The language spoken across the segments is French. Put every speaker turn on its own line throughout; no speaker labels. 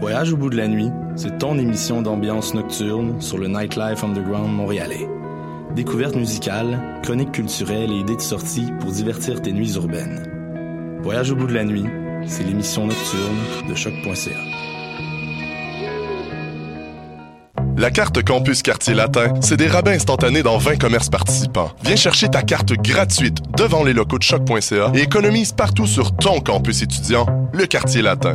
Voyage au bout de la nuit, c'est ton émission d'ambiance nocturne sur le Nightlife Underground montréalais. Découvertes musicales, chroniques culturelles et idées de sortie pour divertir tes nuits urbaines. Voyage au bout de la nuit, c'est l'émission nocturne de choc.ca.
La carte Campus Quartier Latin, c'est des rabais instantanés dans 20 commerces participants. Viens chercher ta carte gratuite devant les locaux de choc.ca et économise partout sur ton campus étudiant, le Quartier Latin.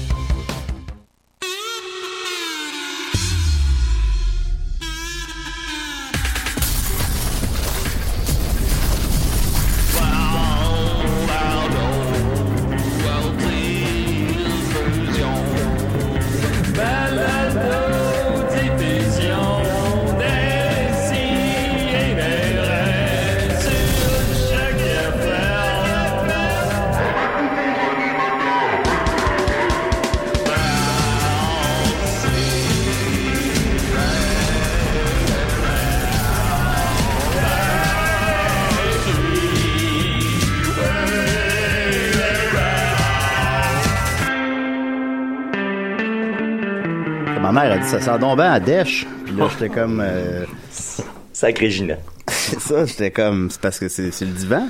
Ma mère a dit, ça sent donc bien à dèche. Puis là, j'étais comme... euh,
Sacré Gina.
C'est ça, j'étais comme, c'est parce que c'est c'est le divan.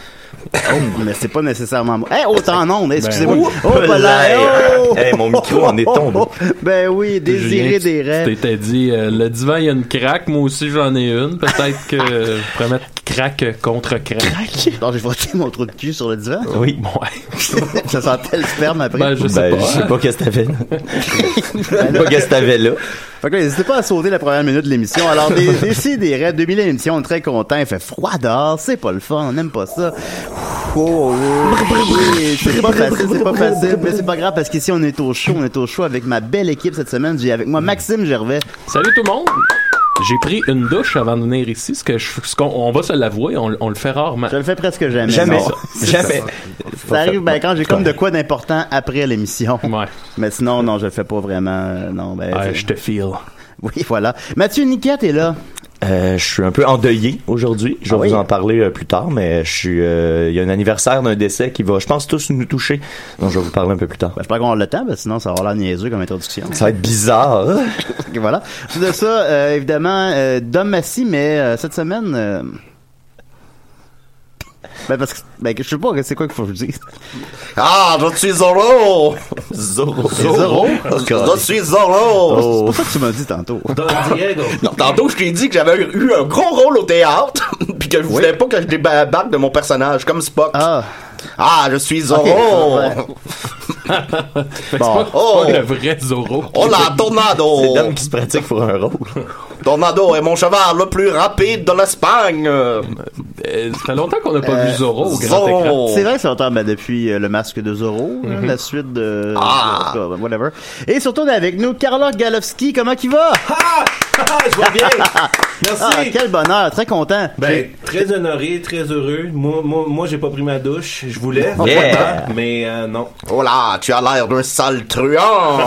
Oh, mais c'est pas nécessairement moi. Eh, autant non, excusez-moi. oh, eh pas
Eh, Hey, mon micro en est tombé.
Ben oui,
Julien,
désirer des
tu-
rêves.
Tu t'étais dit, euh, le divan, il y a une craque, moi aussi j'en ai une. Peut-être que euh, je pourrais mettre craque contre craque.
Alors, j'ai frotté mon trou de cul sur le divan.
Oui.
Bon,
ça sentait le sperme après.
ben, je sais
Ben,
pas.
je sais pas qu'est-ce que t'avais là. Je sais pas qu'est-ce que t'avais là.
Fait que là, n'hésitez pas à sauter la première minute de l'émission. Alors, des, des, des rêves, 2000 émissions, on est très content. Il fait froid dehors, c'est pas le fun, on n'aime pas ça. Oh, oui, c'est pas facile, c'est pas facile, mais c'est pas grave parce qu'ici on est au chaud, on est au chaud avec ma belle équipe cette semaine. J'ai avec moi Maxime Gervais.
Salut tout le monde! J'ai pris une douche avant de venir ici, ce que je, ce qu'on- on va se l'avouer, on, on le fait rarement.
Je le fais presque jamais.
Jamais.
Non.
Jamais.
Ça arrive ben, quand j'ai comme de quoi d'important après l'émission.
Ouais.
Mais sinon, non, je le fais pas vraiment. euh, Non, ben,
Ouais,
c'est-
je te feel.
Oui, voilà. Mathieu Niquette est là.
Euh, je suis un peu endeuillé aujourd'hui. Je vais
Ah oui?
vous en parler euh, plus tard, mais je suis. euh, Il y a un anniversaire d'un décès qui va, je pense, tous nous toucher. Donc, je vais vous parler un peu plus tard.
Ben, J'espère qu'on a le temps, ben, sinon ça va avoir l'air niaiseux comme introduction.
Ça va être bizarre. hein?
Ok, voilà. Ensuite de ça, euh, évidemment, euh, Dom Massy, mais euh, cette semaine... euh, Ben parce que ben, je sais pas c'est quoi qu'il faut que je dise.
Ah, je suis Zorro! Zorro.
Zorro? Oh.
Je suis Zorro!
Oh.
C'est pas ça que tu m'as dit tantôt.
Non, tantôt, je t'ai dit que j'avais eu un gros rôle au théâtre, puis que je voulais pas que je débarque de mon personnage, comme Spock.
Ah,
Ah, je suis
ok.
Oh.
Zorro!
Ben,
Fait que C'est
Bon.
pas,
Oh.
c'est pas le vrai Zorro.
Hola, Oh, Tornado!
C'est l'homme qui se pratique pour un rôle.
Tornado est mon cheval le plus rapide de l'Espagne!
Euh, ça fait longtemps qu'on n'a pas
Euh,
vu Zorro au grand écran.
Zorro!
C'est vrai que ça entend ben, depuis euh, le masque de Zorro,
Mhm.
hein, la suite de...
Ah.
de- ben, whatever. Et surtout on est avec nous, Carla Galofsky, comment qu'il va?
Ah! je vois bien! Merci.
Ah, quel bonheur, très content.
Ben, très honoré, très heureux. Moi, moi, moi j'ai pas pris ma douche. Je voulais,
Yeah.
vraiment, mais euh, non.
Oh là, tu as l'air d'un sale truand!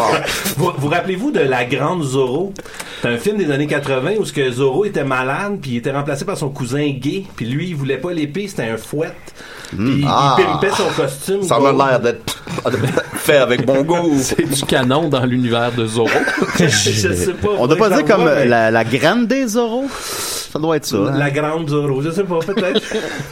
Vous, vous rappelez-vous de La Grande Zorro? C'est un film des années 80 où ce que Zorro était malade, puis il était remplacé par son cousin gay, puis lui, il voulait pas l'épée, c'était un fouet.
Hmm.
Puis il-
Ah.
il pimpait son costume.
Ça m'a l'air d'être fait avec bon goût.
du canon dans l'univers de Zorro.
je, je sais pas.
On doit pas
Faudrait
dire
que j'en
comme euh,
vois, mais
la, la grande des Zorro. Ça doit être ça. hein.
La Grande Zorro, je sais pas, peut-être.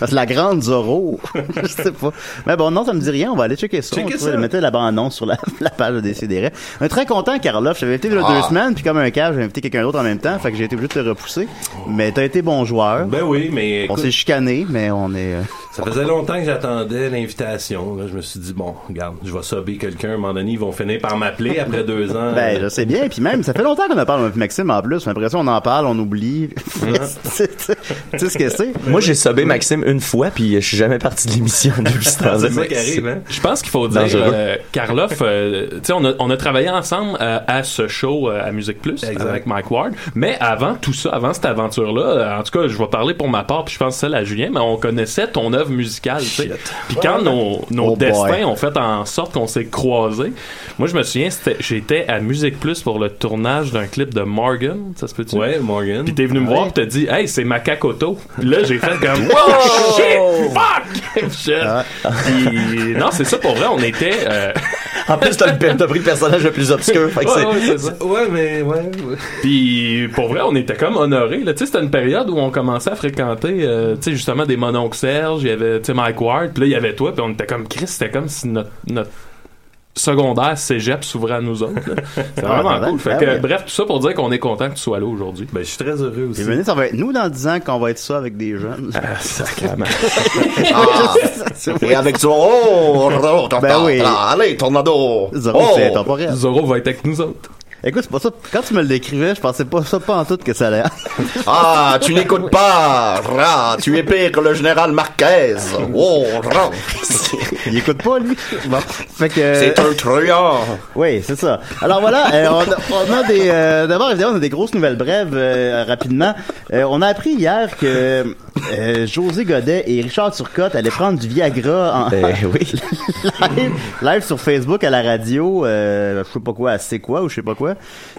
Parce que la grande Zorro. je sais pas. Mais bon, non, ça me dit rien. On va aller checker ça.
Checker
on
ça.
mettait l'abandon sur la, la page de Décideret. Un très content, Karloff. J'avais invité il y a
Ah.
deux semaines, puis comme un cas, j'ai invité quelqu'un d'autre en même temps. Fait que j'ai été obligé de te repousser. Mais t'as été bon joueur.
ben oui, mais
on
écoute,
s'est chicané, mais on est. euh,
ça faisait longtemps que j'attendais l'invitation. Là, je me suis dit, bon, regarde, je vais sober quelqu'un. À un moment donné, ils vont finir par m'appeler après deux ans.
Ben, je sais bien. Puis même, ça fait longtemps qu'on en parle avec Maxime en plus. J'ai l'impression qu'on en parle, on oublie. tu sais ce que c'est?
Moi, j'ai sobé Maxime une fois, puis je suis jamais parti de l'émission depuis ce temps-là.
c'est ça qui arrive, hein?
Je pense qu'il faut dire,
Dangereux.
euh, Karloff, euh, tu sais, on a, on a travaillé ensemble euh, à ce show euh, à Musique Plus
Exact.
avec Mike Ward, mais avant tout ça, avant cette aventure-là, euh, en tout cas, je vais parler pour ma part, puis je pense celle à Julien, mais on connaissait ton œuvre musicale, tu sais. Puis quand nos, nos
Oh boy.
destins ont fait en sorte qu'on s'est croisés, moi, je me souviens, c'était- j'étais à Musique Plus pour le tournage d'un clip de Morgan, ça se peut-tu?
Ouais, Morgan.
Puis t'es venu me voir pis t'as dit Hey c'est ma cacoto Puis là j'ai fait comme Wow shit fuck Shit. Puis, Non c'est ça pour vrai on
Ah.
était euh,
En plus, t'as, le- t'as pris le personnage le plus obscur. Fait que c'est-
Ouais, mais ouais. ouais.
Puis pour vrai on était comme honorés là. Tu sais c'était une période où on commençait à fréquenter euh, Tu sais justement des mononcles Serge Il y avait tu sais, Mike Ward Puis là il y avait toi Puis on était comme Chris c'était comme si notre, notre secondaire cégep s'ouvrait à nous autres là. C'était
Ah,
vraiment
ben,
cool fait
ben
que
oui.
bref tout ça pour dire qu'on est content que tu sois là aujourd'hui
Ben, je suis très heureux aussi.
Et venez, ça va être nous dans 10 ans qu'on va être ça avec des jeunes.
Ah. Et avec Zorro, Zorro, t'en
Ben
parles.
oui.
Ah, allez, tornado.
Zorro,
Oh.
c'est temporaire.
Zoro va être avec nous autres
Écoute, c'est pas ça. Quand tu me le décrivais, je pensais pas ça pas en tout que ça allait.
Ah, tu n'écoutes pas. Ah, tu es pire que le général Marquez. Oh, ah.
Il écoute pas, lui. Bon. Fait que.
c'est un truand.
Oui, c'est ça. Alors voilà, euh, on, a- on a des. euh, D'abord, évidemment, on a des grosses nouvelles brèves euh, rapidement. Euh, on a appris hier que euh, José Godet et Richard Turcotte allaient prendre du Viagra en
Ben
Eh
oui.
live, live sur Facebook à la radio. Euh, je sais pas quoi, à c'est quoi ou je sais pas quoi.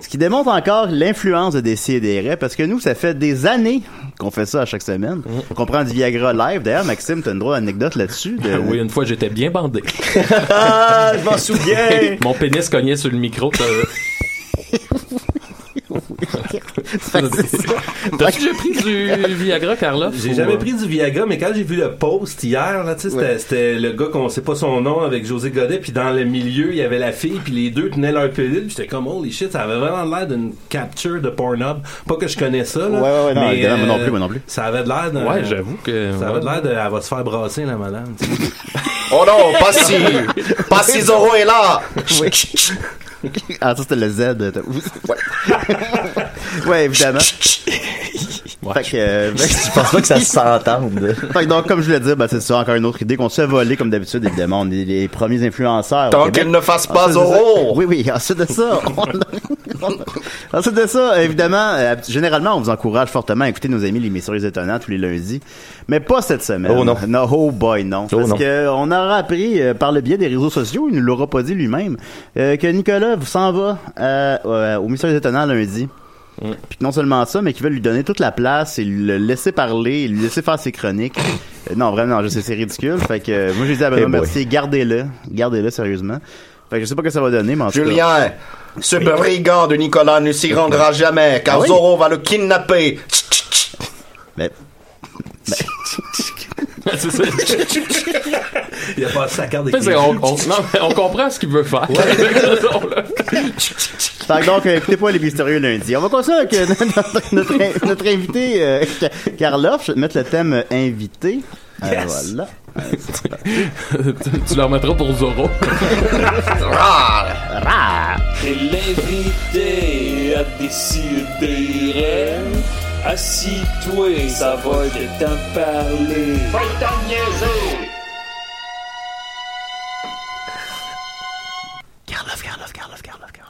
Ce qui démontre encore l'influence de DCDR parce que nous, ça fait des années qu'on fait ça à chaque semaine. Qu'on prend du Viagra live. D'ailleurs, Maxime, t'as une drôle d'anecdote là-dessus. de-
Oui une fois j'étais bien bandé
Ah, je m'en souviens.
Mon pénis cognait sur le micro. T'as T'as-tu déjà pris du Viagra, Carla?
J'ai
euh,
jamais pris du Viagra, mais quand j'ai vu le post hier, là, tu sais, c'était- c'était le gars qu'on sait pas son nom avec José Godet, puis dans le milieu, il y avait la fille, puis les deux tenaient leur pilule, puis j'étais comme, holy shit, ça avait vraiment l'air d'une capture de Pornhub. Pas que je connais ça, là.
Ouais, ouais, ouais, non,
mais, euh,
évidemment, moi non plus, moi non plus.
Ça avait l'air d'un.
Ouais, j'avoue que.
Ça avait l'air de. Elle va se faire brasser, la madame. tu sais.
Oh non, pas si. Pas si Zorro est là. Chut, chut, chut.
Ah, ça, c'était le Z. euh, t'as- ouais, évidemment. Fait que, euh,
Je pense pas que ça s'entende.
fait que donc, comme je voulais dire, ben, c'est ça, encore une autre idée qu'on se fait voler, comme d'habitude, évidemment. On est les premiers influenceurs. au
Tant
Québec.
qu'il ne fasse pas
Ensuite de ça-
Zorro.
Oui, oui, ensuite de ça, on- ensuite de ça, évidemment, euh, généralement, on vous encourage fortement à écouter nos amis les Messieurs étonnants tous les lundis, mais pas cette semaine.
Oh non.
oh boy, non.
Oh
Parce
non.
que on aura appris euh, par le biais des réseaux sociaux, il ne l'aura pas dit lui-même, euh, que Nicolas s'en va euh, euh, aux Messieurs étonnants lundi.
Mm.
Puis que non seulement ça, mais qu'ils veulent lui donner toute la place et le laisser parler, et lui laisser faire ses chroniques. Euh, non, vraiment, je sais, c'est ridicule. Fait que euh, moi, j'ai dit à Benoît
Eh boy.
Mercier, gardez-le, gardez-le sérieusement. Fait que je sais pas ce que ça va donner, mais en tout cas-
Julien, ce brigand de Nicolas ne s'y rendra jamais, car
Ah oui?
Zorro va le kidnapper. Chut, chut, chut.
Mais-
C'est ça.
Il a passé sa carte
Mais c'est-
d'équipe.
on, on- non, mais on comprend ce qu'il veut faire. On l'a-
Fait que donc, euh, écoutez pas les mystérieux lundi. On va continuer avec euh, notre, notre- notre invité, euh, Ka- Karloff. Je vais te mettre le thème euh, invité. Euh, voilà.
tu, tu le remettras pour Zorro.
C'est l'invité à décider. Assis-toi, ça va être t'en parler. Va t'en niaiser!
Karloff, Karloff, Karloff, Karloff, Karloff.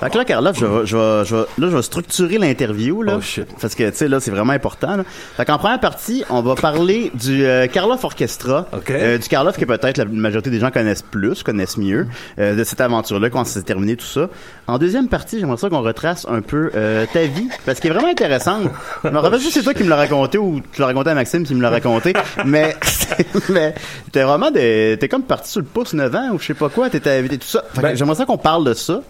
Fait que là, Carlotte, je, vais- je, vais- je vais- là, je vais structurer l'interview, là. Parce que, tu sais, là, c'est vraiment important, là. Fait qu'en première partie, on va parler du euh, Karloff Orchestra. Euh, du Karloff que peut-être la majorité des gens connaissent plus, connaissent mieux, euh, de cette aventure-là, quand s'est terminé tout ça. En deuxième partie, j'aimerais ça qu'on retrace un peu euh, ta vie, parce qu'elle est vraiment intéressante. Je me rappelle juste c'est toi qui me l'as raconté, ou tu l'as raconté à Maxime qui me l'a raconté, mais, mais t'es vraiment des, t'es comme parti sur le pouce 9 ans, ou je sais pas quoi, t'étais invité, tout ça.
Ben,
Fait que j'aimerais ça qu'on parle de ça.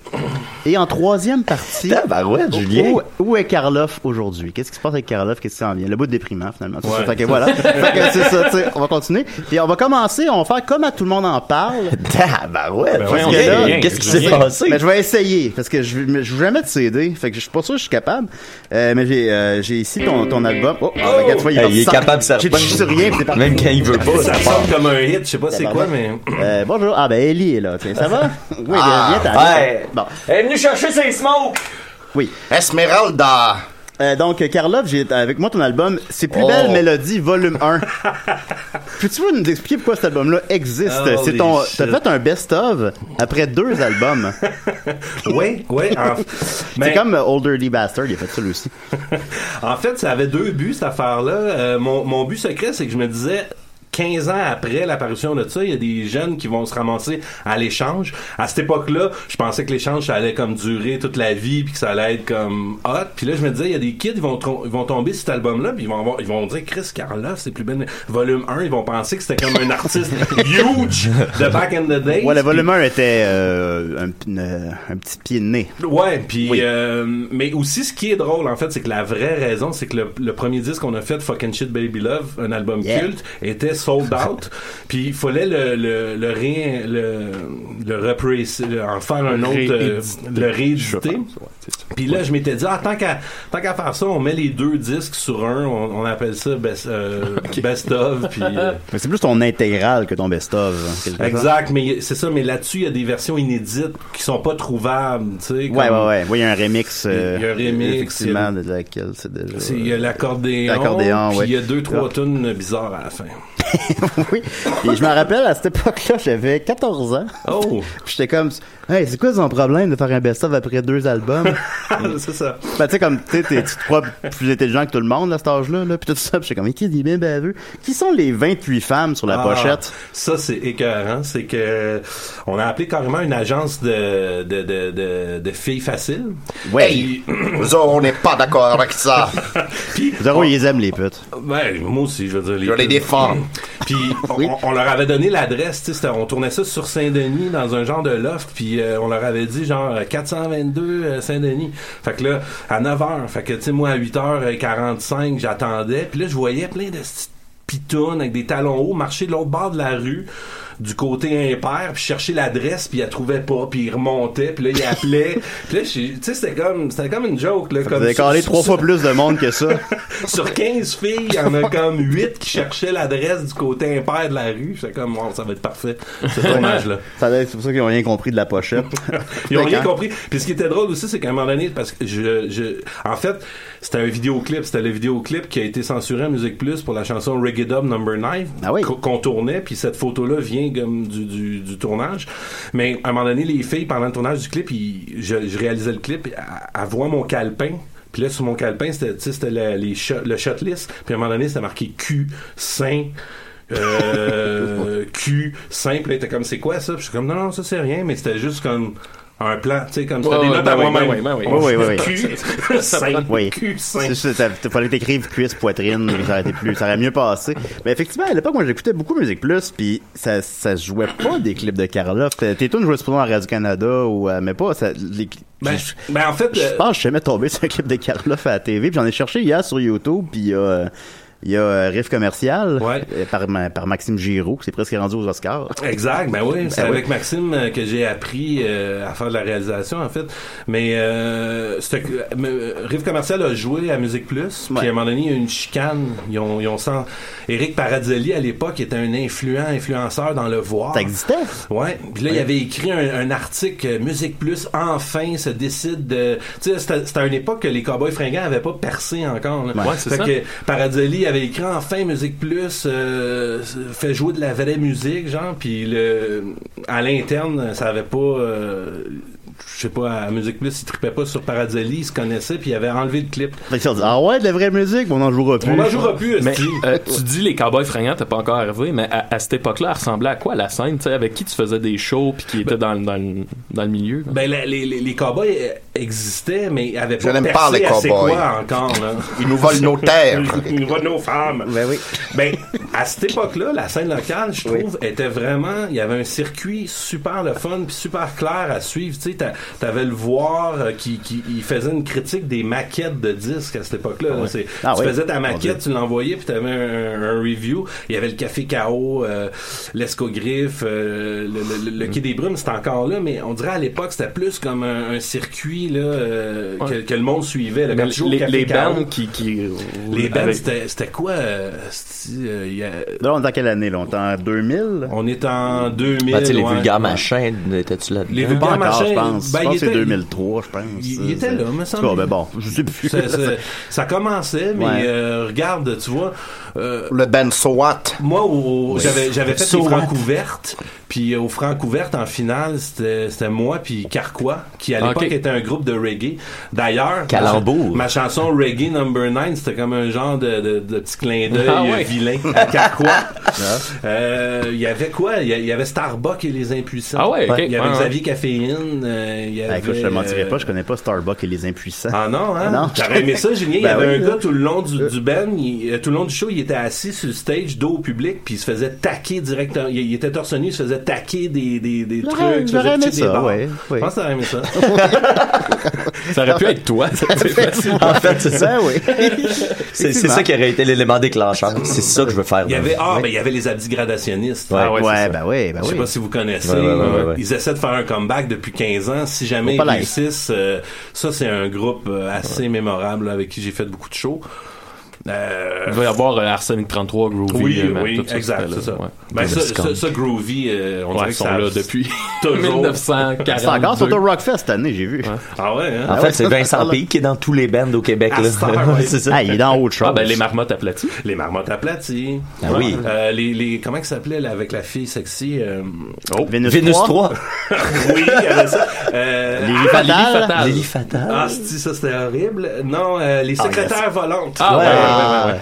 Et en troisième partie.
Tabarouette, Julien.
Où, où est Karloff aujourd'hui? Qu'est-ce qui se passe avec Karloff? Qu'est-ce qui s'en vient? Le bout de déprimant, finalement. C'est
Ouais.
ça. Fait que voilà. Fait que c'est ça, tu sais. On va continuer. Puis on va commencer, on va faire comme à tout le monde en parle.
Ben
Tabarouette.
Parce
voyons,
que là-
Julien, Qu'est-ce qui s'est
Julien.
passé?
Mais Ben, je vais essayer, parce que je ne vais jamais te céder. Fait que je suis pas sûr que je suis capable. Euh, mais j'ai euh, j'ai ici ton, ton album. Oh, regarde, tu vois,
Hey, Ben, il est
ressorti.
capable, ça
J'ai
reprend.
touché sur rien, puis c'est parti.
Même quand il veut pas, ça part.
Comme un hit, je sais pas c'est quoi, mais.
Euh, bonjour. Ah, ben, Ellie est là. tu sais. Ça va? Oui,
Ah,
bien,
ouais.
Bon.
Elle est venue chercher ses smokes!
Oui. Esmeralda. donc, euh, Karloff, j'ai avec moi ton album C'est plus
Oh.
belle mélodie, volume 1. Peux-tu nous expliquer pourquoi cet album-là existe?
Holy
C'est ton,
shit.
t'as fait un best-of après deux albums.
Oui, oui. en-
C'est
mais-
comme euh, Old Dirty Bastard, il a fait ça lui aussi.
en fait, ça avait deux buts, cette affaire-là. Euh, mon, mon but secret, c'est que je me disais. 15 ans après l'apparition de ça, il y a des jeunes qui vont se ramasser à l'échange. À cette époque-là, je pensais que l'échange, ça allait comme durer toute la vie, puis que ça allait être comme hot. Puis là, je me disais, il y a des kids, ils vont, trom- ils vont tomber sur cet album-là, puis ils vont, avoir- ils vont dire, Chris Karloff, c'est plus belle. Volume 1, ils vont penser que c'était comme un artiste huge de Back in the Days.
Ouais,
Puis-
le volume 1 était euh, un, p- une- un petit pied de nez.
Ouais, puis euh, mais aussi ce qui est drôle en fait, c'est que la vraie raison, c'est que le, le premier disque qu'on a fait, Fucking Shit Baby Love, un album
Yeah.
culte, était sold out. puis il fallait le le le ré- le, le reprise- le- en faire un autre, euh,
Rééditer.
le rééditer. Puis là, je m'étais dit, ah, tant qu'à tant qu'à faire ça, on met les deux disques sur un, on, on appelle ça best, euh, best of, puis. euh,
Mais c'est plus ton intégral que ton best-of. hein, quelque part.
Exact, mais c'est ça, mais là-dessus, il y a des versions inédites qui sont pas trouvables, tu sais.
Ouais,
comme-
ouais, ouais. Oui, il y a un remix. euh,
Il y a un remix,
Effectivement, de laquelle c'est déjà.
C'est- Il y a l'accordéon,
L'accordéon,
puis
ouais.
il y a deux, trois
Ah.
tunes bizarres à la fin.
Et je me rappelle, à cette époque-là, j'avais 14 ans.
Oh!
Puis j'étais comme, hey, c'est quoi son problème de faire un best-of après deux albums?
c'est ça.
Ben, tu sais, comme, tu sais, t'es- tu te crois plus intelligent que tout le monde à cet âge-là, là, puis tout ça. Puis j'étais comme, mais qui est bien baveux? Qui sont les 28 femmes sur la
Ah,
pochette?
Ça, c'est écœurant. C'est que on a appelé carrément une agence de, de, de, de, de filles faciles.
Ouais.
Puis-
on n'est pas d'accord avec ça.
Puis,
Zéro, ils les aiment, les putes.
Ben, moi aussi, je veux dire.
Je les défends.
Puis, on- on, leur avait donné l'adresse, tu sais, c'était- on tournait ça sur Saint-Denis dans un genre de loft, puis euh, on leur avait dit genre euh, 422 euh, Saint-Denis. Fait que là, à 9h, fait que, tu sais, moi, à 8h45, j'attendais, puis là, je voyais plein de petites pitounes avec des talons hauts marcher de l'autre bord de la rue du côté impair puis chercher l'adresse puis elle trouvait pas puis il remontait puis là il appelait puis là j'ai- tu sais c'était comme c'était comme une joke là
Vous
comme
avez
sur-
calé
sur-
trois fois plus de monde que ça.
sur 15 filles, il y en a comme 8 qui cherchaient l'adresse du côté impair de la rue. J'étais comme, Wow, ça va être parfait, ce tournage-là.
Ça doit être- C'est pour ça qu'ils ont rien compris de la pochette.
Ils ont
Fait
rien
quand-
compris. Puis ce qui était drôle aussi, c'est qu'à un moment donné, parce que je, je- en fait, c'était un vidéoclip, c'était le vidéoclip qui a été censuré à Musique Plus pour la chanson Reggae Dub Number 9 qu'on- qu'on tournait. Puis cette photo-là vient comme du, du, du tournage. Mais à un moment donné, les filles pendant le tournage du clip, ils- je, je réalisais le clip, elles, elles voient mon calepin. Puis là, sur mon calepin, c'était, tu sais, c'était la- les shot- le shot list. Puis à un moment donné, c'était marqué Q, sein, euh, Q, simple. T'es comme, c'est quoi ça? Puis je suis comme, non, non, ça c'est rien, mais c'était juste comme un plan, tu sais, comme c'était
Ouais,
des
ouais,
notes
ben
à
oui,
moi-même.
ben oui, ben
Oui, oui, oui.
Q, simple.
Oui.
Q,
C'est
simple.
ça, ça- il fallait que t'écrives cuisse, poitrine, ça aurait été plus, ça aurait mieux passé. Mais effectivement, à l'époque, moi, j'écoutais beaucoup Musique Plus, puis ça, ça se jouait pas des clips de Karloff. Euh, Tes tunes jouaient souvent à Radio-Canada ou, euh, mais pas, ça, les,
Ben, ben, en fait,
je
euh,
pense que je suis jamais tombé sur un clip de Karloff à la TV, puis j'en ai cherché hier sur YouTube, puis il y a, euh, il y a euh, Riff Commercial, euh, par, ma- par Maxime Giraud, qui s'est presque rendu aux Oscars.
Exact, ben oui, c'est
Ben oui.
avec Maxime euh, que j'ai appris euh, à faire de la réalisation en fait. Mais euh, c'était que- euh, Rive Commercial a joué à Musique Plus, puis à un moment donné, il y a eu une chicane. Ils ont, ils ont sans... Eric Paradzelli à l'époque était un influent, influenceur dans le voir.
Ça existait?
Ouais. Puis là, il avait écrit un, un article euh, Musique Plus enfin se décide de. Tu sais, c'était c'était à une époque que les cowboys fringants n'avaient pas percé encore. là.
Ouais. Ouais, c'est
Fait
ça.
que- Paradeli avait écrit enfin Musique Plus euh, fait jouer de la vraie musique genre puis le à l'interne ça avait pas euh, je sais pas, à Musique Plus, ils tripaient pas sur Paradeli, ils se connaissaient, puis ils avaient enlevé le clip.
Fait qu'ils ont dit, ah ouais, de la vraie musique, mais on n'en jouera plus.
On n'en jouera plus,
Mais euh, tu dis les cowboys fringants, t'es pas encore arrivé, mais à, à cette époque-là, elle ressemblait à quoi la scène? tu sais, avec qui tu faisais des shows puis qui était dans, le- dans, le- dans le milieu? là?
Ben, la- les, les, les cowboys euh, existaient, mais avaient
Je
pas
n'aime
percé
pas les
à c'est
cowboys.
quoi encore, là.
Ils nous volent nos terres.
Ils nous volent nos femmes.
Ben oui.
Ben, à cette époque-là, la scène locale, je trouve, était vraiment, il y avait un circuit super le fun puis super clair à suivre. Tu sais, t'a- t'avais le voir euh, qui, qui il faisait une critique des maquettes de disques à cette époque-là. là.
Ah oui.
C'est-
Ah
tu
oui.
faisais ta
Mon Dieu.
maquette, tu l'envoyais puis t'avais un, un review. Il y avait le Café K.O., euh, l'Escogriffe, euh, le, le- le- le
Mm.
Quai des Brumes, c'était encore là, mais on dirait à l'époque, c'était plus comme un, un circuit là, euh, que, que le monde suivait. là. Quand
Mais
tu jouais au
les,
Café
les
K.O.,
bands qui. qui
euh,
les bands,
avec-
c'était c'était quoi? euh, c'ti, euh, il y a-
Là, on est dans quelle année, là? On est en 2000?
On est en 2000.
Ben, tu sais, les
ouais.
vulgaires machins, étais-tu là
Les vulgaires
Pas encore,
machins,
je pense.
ben,
je
il
pense que c'est
était-
2003, je pense.
Il, il était là, me
En
semble.
tout cas, ben bon, je sais plus. Ben,
Ça, ça- ça commençait, mais
Ouais.
euh, regarde, tu vois. euh,
Le Ben Sowat.
moi, au-
Oui.
j'avais j'avais fait
So
les
what?
Francouvertes, puis au Francouvertes, en finale, c'était c'était moi puis Carquois, qui à
Ah,
l'époque
ok.
était un groupe de reggae. D'ailleurs,
Calembour.
ma, cha- ma chanson Reggae Number 9, c'était comme un genre de, de- de petit clin d'œil
Ah
euh,
ouais.
vilain à Carquois. Euh, Il y avait quoi? Il y a- il y avait Starbucks et les Impuissants.
Ah ouais, ok.
Il y avait
Ouais,
Xavier Caféine. euh, il y
Ben,
avait,
écoute, je te mentirais
euh,
pas, je connais pas Starbucks et les impuissants.
Ah non, hein?
Non.
J'aurais aimé ça, Julien. Il y
Ben
avait
oui,
un
là.
gars tout le long du, du band, il- euh, tout le long du show, il était assis sur le stage, dos au public, puis il se faisait taquer directement. Il, il était torse nu, il se faisait taquer des, des, des trucs.
J'aurais-
il se
j'aurais
faisait
aimé
pitcher des
ça,
barres.
ouais,
Je
ouais.
pense que t'aurais aimé ça.
Ça aurait pu être toi.
En fait, c'est ça.
Ben oui.
C'est c'est ça qui aurait été l'élément déclencheur. C'est ça que je veux faire.
Il y
dans
avait,
la
ah,
vie.
ben, il y avait les abdis gradationnistes.
Ouais.
Ah
Ouais,
c'est ça.
ben oui, ben
Je sais
oui.
pas si vous connaissez.
Ouais, ouais, ouais, ouais, ouais.
Ils essaient de faire un comeback depuis 15 ans. Si jamais
Faut
ils
pas l'être.
réussissent, euh, ça, c'est un groupe euh, assez mémorable là, avec qui j'ai fait beaucoup de shows. Euh,
Il va y avoir euh, Arsenic 33, Groovy.
Oui,
euh,
oui,
tout ça,
exact,
c'était
c'est
là,
ça.
ouais.
Ben, ça,
Descom.
ça, ça, Groovy, euh, on
Ouais,
dirait que
ils sont
ça-
là depuis
toujours.
1942.
C'est encore sur le Rockfest cette année, j'ai vu.
Ah ouais, hein?
En fait, c'est Vincent P qui est dans tous les bands au Québec.
À
là.
Star, ouais.
C'est ça.
Ah, il est dans autre chose.
Ah, ben, les marmottes aplaties.
Les marmottes aplaties.
Ah oui.
Euh, les, les, comment que ça s'appelait, là, avec la fille sexy? euh,
Vénus,
Vénus
3.
3.
Oh
Oui, il y avait ça. Euh,
ben, Lily Fatal.
Lily
Ah,
Fatal.
c'ti, ça, c'était horrible. Non, euh, les secrétaires volantes.
Ah, ouais.
Ah,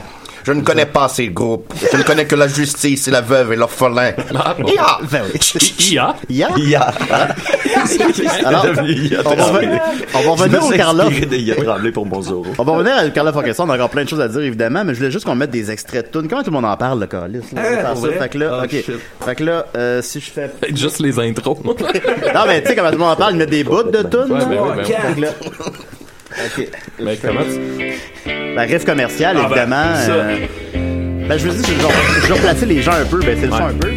Je ne connais pas ces groupes. Je ne connais que la justice et la veuve et l'orphelin. Ia!
Ben oui.
IA.
Hier?
Ia.
Alors, on va revenir- on va revenir au Carla.
Il a tremblé pour mon Zorro.
On va revenir à Carla Forquesson, on a encore plein de choses à dire évidemment, mais je voulais juste qu'on mette des extraits de tunes. Comment tout le monde en parle, le Carlis? là?
Hein,
On parle
pour
ça.
vrai?
Fait que là,
Oh,
ok.
shit.
Fait que là, euh, si je fais.
Peut-être Juste les intros.
Non, mais tu sais, comment tout le monde en parle, ils mettent des bouts de tunes.
Ouais,
là.
ben oui, ben oui.
Fait que là- Ok.
Mais comment tu-
La riff commerciale,
Ah ben,
évidemment.
ça.
euh, ben, je me dis, je vais- je vais replacer les gens un peu, ben, c'est le son un peu.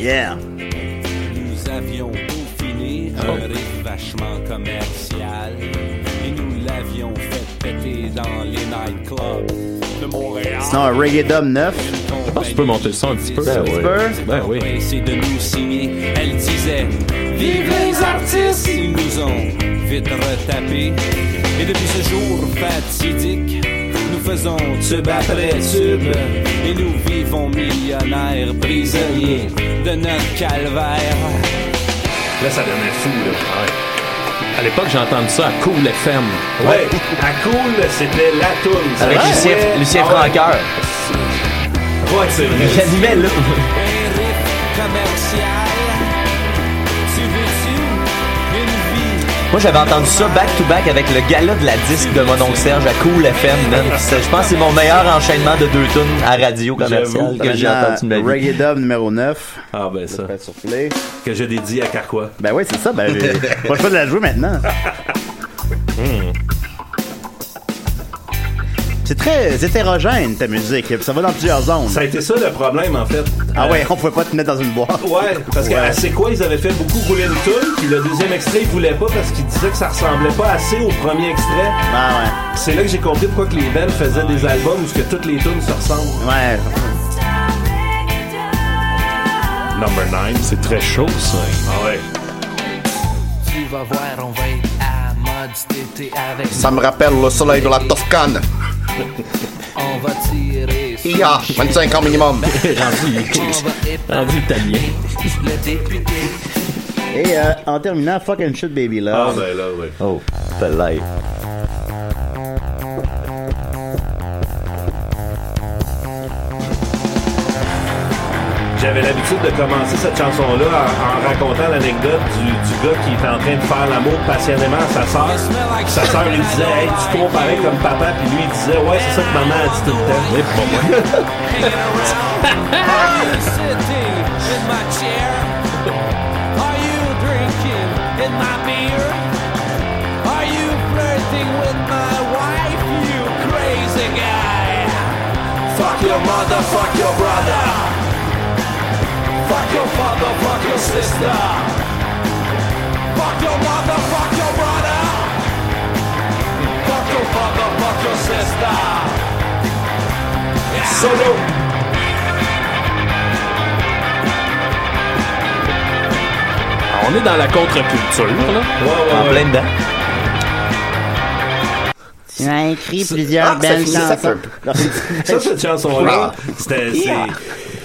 Yeah!
Nous avions peaufiné un
Oh.
riff vachement commercial et nous l'avions fait péter dans les nightclubs de Montréal.
Sinon, un Reggae Dom 9.
Je pense que Ah, tu peux monter le son un petit peu. Ben
oui.
Ben oui.
C'est de nous signer. Elle disait Vive les artistes Ils nous ont vite retapé. Et depuis ce jour fatidique, nous faisons tube après tube. Et nous vivons millionnaires, prisonniers de notre calvaire.
Là, ça devenait fou, là.
À l'époque, j'ai entendu ça à Cool FM.
Ouais. à cool, c'était la toune. Ça
Avec
jouait-
Lucien, Lucien
Ah ouais.
Francoeur.
Ouais, c'est vrai.
Il animait là.
Un riff commercial. Tu veux-tu une vie?
Moi, j'avais entendu ça back-to-back avec le gala de la disque de mon oncle Serge à Cool FM, man. Puis ça, Je pense que c'est mon meilleur enchaînement de deux tunes à radio commerciale que j'ai
Maintenant,
entendu de ma vie.
Reggae Dom numéro 9.
Ah, ben ça.
Pas sur play.
Que je dédie à Carquois.
Ben ouais, c'est ça. Ben, j'ai- pas le choix de la jouer maintenant.
Hmm.
C'est très hétérogène, ta musique. puis Ça va dans plusieurs zones.
Ça a été ça le problème, en fait.
Ah
Euh,
ouais, on pouvait pas te mettre dans une boîte.
Ouais, parce que à c'est quoi ils avaient fait beaucoup rouler une toune, puis le deuxième extrait ils voulaient pas parce qu'ils disaient que ça ressemblait pas assez au premier extrait.
Ah
C'est là que j'ai compris pourquoi que les bands faisaient des albums où ce que toutes les tunes se ressemblent.
ouais. Ouais.
Number 9.
C'est très chaud, ça.
Ah ouais.
Tu vas voir, on va être à mode d'été avec
Ça me rappelle le soleil de la Toscane.
On va tirer sur
Ia! 25 ans minimum.
Rendu,
On va épargner
rendu italien.
le député
Et euh, en terminant, Fuck and Shit Baby Love.
Ah, ben là, oui.
Oh, the life.
Euh,
J'avais l'habitude de commencer cette chanson-là en, en racontant l'anecdote du, du gars qui était en train de faire l'amour passionnément à sa sœur. Puis Sa sœur, il disait, hey, tu cours pareil comme papa, puis lui, il disait, ouais, c'est ça que maman a dit tout le temps. Et pas moi.
in my chair? Are you drinking in my beer? Are you flirting with my wife, you crazy guy?
Fuck your mother, fuck your brother. Fuck your father, fuck your sister. Fuck your mother, fuck your brother. Fuck your father, fuck your sister. Solo.
On est dans la contre-culture, là.
en plein dedans.
Il a écrit plusieurs
Ah, ça
belles
finit, ça
chansons.
Ça, cette chanson-là,
Ah.
c'était- c'est-
Yeah.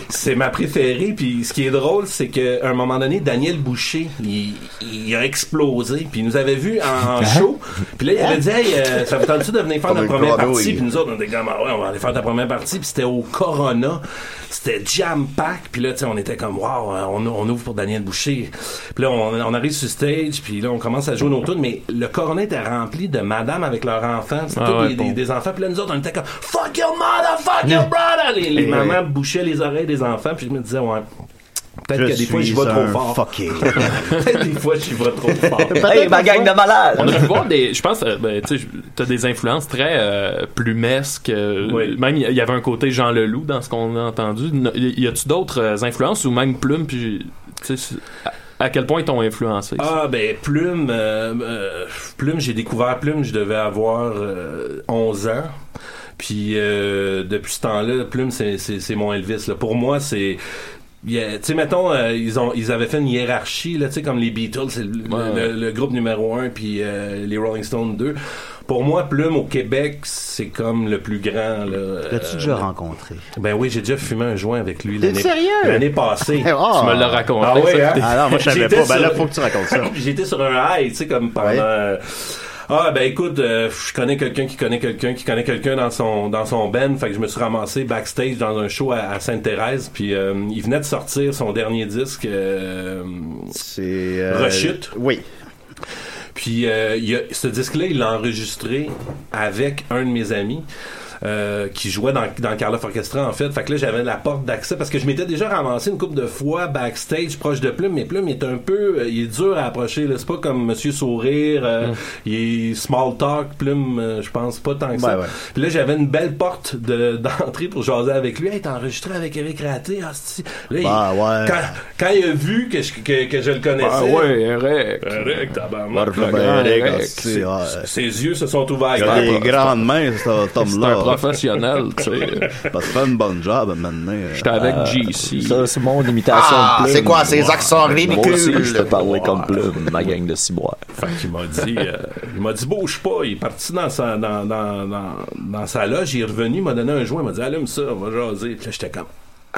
c'est ma préférée. Puis ce qui est drôle, c'est qu'à un moment donné, Daniel Boucher, il, il a explosé. Puis il nous avait vu en show. Puis là, il avait dit Hey, euh, ça vous tente-tu de venir faire
Comme
la
un
première
crado,
partie
il-
Puis nous autres, on était comme Ah ouais, on va aller faire ta première partie. Puis c'était au Corona. C'était jam pack. Puis là, tu sais, on était comme Waouh, on, on ouvre pour Daniel Boucher. Puis là, on, on arrive sur stage. Puis là, on commence à jouer nos tunes. Mais le Corona était rempli de madame avec leurs enfants. C'était
Ah
tous
ouais,
des,
bon.
des- des enfants. Puis là, nous autres, on était comme Fuck your mother, fuck your brother. Les, les
Ouais.
mamans bouchaient les oreilles des enfants. Puis je me disais, ouais. Peut-être que des fois, j'y vais trop fort.
Fucké.
Peut-être des fois, j'y vais trop fort.
Hey, ma gang de malades!
On aurait pu voir des. Je pense, euh, ben, tu sais, t'as des influences très euh, plumesques. euh, Même, il y avait un côté Jean Leloup dans ce qu'on a entendu. No- Y y a-tu d'autres euh, influences ou même Plume, puis. tu sais, c'est- à, à quel point ils t'ont influencé? ça?
Ah, ben, Plume, euh, euh, Plume, j'ai découvert Plume, je devais avoir euh, 11 ans. Puis, euh, depuis ce temps-là, Plume, c'est- c'est c'est mon Elvis. là. Pour moi, c'est. il y a- Tu sais, mettons, euh, ils, ont, ils avaient fait une hiérarchie, là, tu sais, comme les Beatles, c'est le, le- le groupe numéro 1, puis euh, les Rolling Stones 2. Pour moi, Plume au Québec, c'est comme le plus grand. là. Euh,
L'as-tu déjà rencontré?
Ben oui, j'ai déjà fumé un joint avec lui
T'es
l'année
sérieux?
l'année passée.
Ah!
Tu me l'as raconté.
Ah oui,
ça.
hein?
Ah non, moi, je savais
J'étais
pas. Ben
sur-
là, faut que tu racontes ça.
J'étais sur un high, tu sais, comme pendant.
Ouais.
euh, Ah ben écoute, euh, je connais quelqu'un qui connaît quelqu'un qui connaît quelqu'un dans son dans son band, fait que je me suis ramassé backstage dans un show à, à Sainte-Thérèse, puis euh, il venait de sortir son dernier disque. euh,
C'est. euh,
Rechute.
Oui.
puis euh, il a- ce disque-là, il l'a enregistré avec un de mes amis. euh, qui jouait dans, dans le Carlof Orchestra en fait. Fait que là j'avais la porte d'accès parce que je m'étais déjà ramassé une couple de fois backstage proche de Plume, mais Plume il est un peu euh, il est dur à approcher. là. C'est pas comme Monsieur Sourire,
Mm.
euh, il est small talk, Plume, euh, je pense pas tant que ça.
Ouais, ouais.
Puis là j'avais une belle porte de- d'entrée pour jaser avec lui. Hey, t'es enregistré avec Eric Raté, hostie. Là, il-
Bah, ouais.
quand, quand il a vu que je, que, que je le connaissais,
Ah ouais, Eric.
Eric, tabarnak.
Barbe- Eric, ah, c'est- ah,
Ses yeux se sont ouverts.
Il a des grandes mains, cet
C'est un
homme-là.
professionnel, tu sais.
Parce que fait une bonne job maintenant.
J'étais avec GC.
Euh, Ça, c'est mon imitation
Ah,
de Plume.
c'est quoi, ces accents ridicules?
Moi aussi, je te parlais comme Plume, ma gang de ciboires.
Fait qu'il m'a dit, euh, il m'a dit, bouge pas. Il est parti dans sa, dans, dans, dans, dans sa loge, il est revenu, il m'a donné un joint, il m'a dit, allume ça, on va jaser. Puis là, j'étais comme,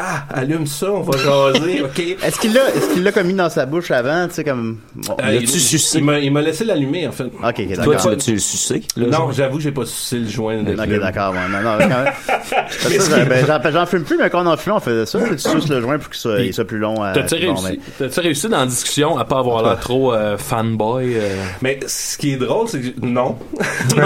ah, allume ça, on va jaser, ok.
Est-ce qu'il l'a, est-ce qu'il l'a commis dans sa bouche avant, tu sais, comme. Bon.
Euh,
L'as-tu
il-
sucé?
il m'a- Il m'a laissé l'allumer, en fait.
Ok, ok,
Toi,
d'accord.
tu l'as-tu sucé? là,
non,
genre?
j'avoue, j'ai pas sucé le joint. de
Ok,
Plume.
d'accord, ouais, non, non, quand même. Parce que ça, ben, j'en, j'en fume plus, mais quand on en fumait, on faisait ça. Tu suces le joint pour qu'il soit, il soit plus long. à-
T'as-tu
bon,
ben.
réussi, t'as-tu réussi dans la discussion à pas avoir l'air trop euh, fanboy? euh?
Mais ce qui est drôle, c'est que non.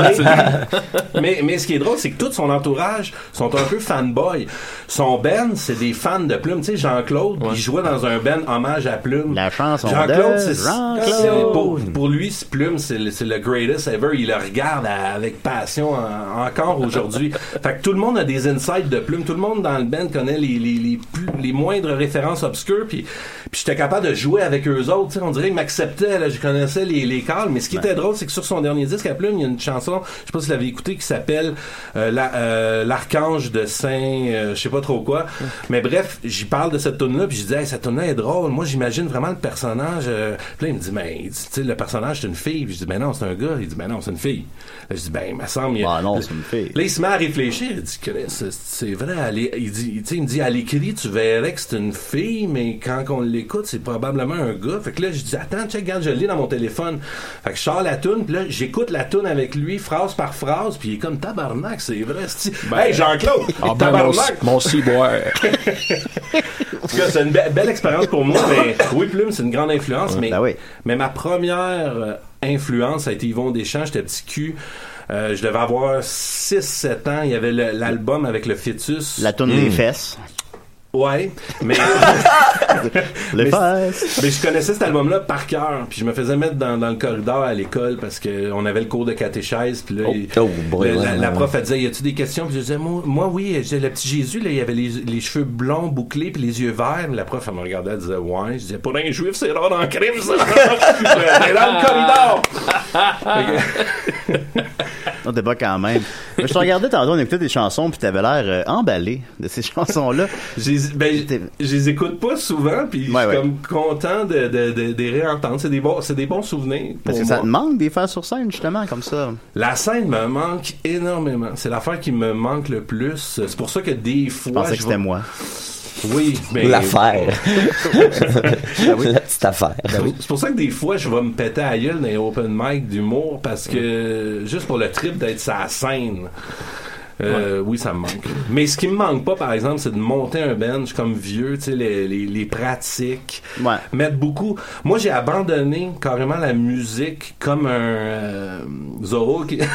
mais, mais ce qui est drôle, c'est que tout son entourage sont un peu fanboy. Son band, c'est des fans de Plume. Tu sais, Jean-Claude, il jouait dans un band hommage à Plume.
La chanson
Jean-Claude,
de
c'est-
Jean-Claude.
c'est- pour, pour lui, c'est Plume, c'est le, c'est le greatest ever. Il le regarde à- avec passion en- encore aujourd'hui. fait que tout le monde a des insights de Plume. Tout le monde dans le band connaît les, les, les, plus- les moindres références obscures. Puis, puis j'étais capable de jouer avec eux autres. tu sais. On dirait qu'ils m'acceptaient. là. Je connaissais les, les calmes. Mais ce qui était drôle, c'est que sur son dernier disque à Plume, il y a une chanson, je sais pas si vous l'avez écoutée, qui s'appelle euh, La- euh, L'archange de Saint, euh, je sais pas trop quoi. Mais bref, j'y parle de cette tune là puis je dis, hey, cette tune là est drôle. Moi, j'imagine vraiment le personnage. euh. Puis là, il me dit, mais il dit, tu sais, le personnage, c'est une fille. Puis je dis, ben non, c'est un gars. Il dit, ben non, c'est une fille. Là, je dis, ben, il me semble. il-
Bah non, c'est une fille.
Là, il se met à réfléchir. Il dit, Chris, c'est- c'est vrai. elle est- il, dit, tu sais, il me dit, à l'écrit, tu verrais que c'est une fille, mais quand on l'écoute, l'écoute, c'est probablement un gars. Fait que là, je dis, attends, check, regarde, je lis dans mon téléphone. Fait que je sors la toune, puis là, j'écoute la toune avec lui, phrase par phrase, puis il est comme tabarnak, c'est vrai, c'ti. hey, Jean-Claude!
Ben, Ah ben, mon,
tabarnak!
mon ciboire.
En tout cas, c'est une be- belle expérience pour moi, mais oui, Plume, c'est une grande influence, mais, mais ma première euh, influence a été Yvon Deschamps, j'étais petit cul. Euh, je devais avoir 6-7 ans. Il y avait le- l'album avec le fœtus.
La tourne des fesses.
Ouais, mais.
Les
mais,
Euh,
fesses.
mais je connaissais cet album-là par cœur. Puis je me faisais mettre dans, dans le corridor à l'école parce qu'on avait le cours de catéchèse. Puis là, il-
Oh, boy,
le-
ouais,
la,
ouais,
la
ouais.
prof, elle disait Y a-tu des questions Puis je disais Moi, moi, oui. J'ai le petit Jésus, là, il avait les, les cheveux blonds, bouclés, puis les yeux verts. La prof, elle me regardait, elle disait Ouais. Je disais Pour un juif, c'est rare en crime, ça. Mais dans le corridor.
Non, t'es pas quand même. Mais je te regardais tantôt, on écoutait des chansons, puis t'avais l'air euh, emballé de ces chansons-là.
ben, Je les écoute pas souvent, puis je suis comme content de, de, de, de les réentendre. C'est des, bons- c'est des bons souvenirs. Pour
Parce que
moi.
ça te manque des faire sur scène, justement, comme ça.
La scène me manque énormément. C'est l'affaire qui me manque le plus. C'est pour ça que des fois.
Je pensais que c'était
vais-
moi.
Oui, mais.
L'affaire.
Ben
La petite affaire.
C'est pour ça que des fois, je vais me péter à gueule dans les open mic d'humour parce que juste pour le trip d'être sa scène. Euh, Oui, ça me manque. Mais ce qui me manque pas, par exemple, c'est de monter un bench comme vieux, tu sais, les, les, les pratiques. Mettre beaucoup. Moi, j'ai abandonné carrément la musique comme un euh, Zorro qui.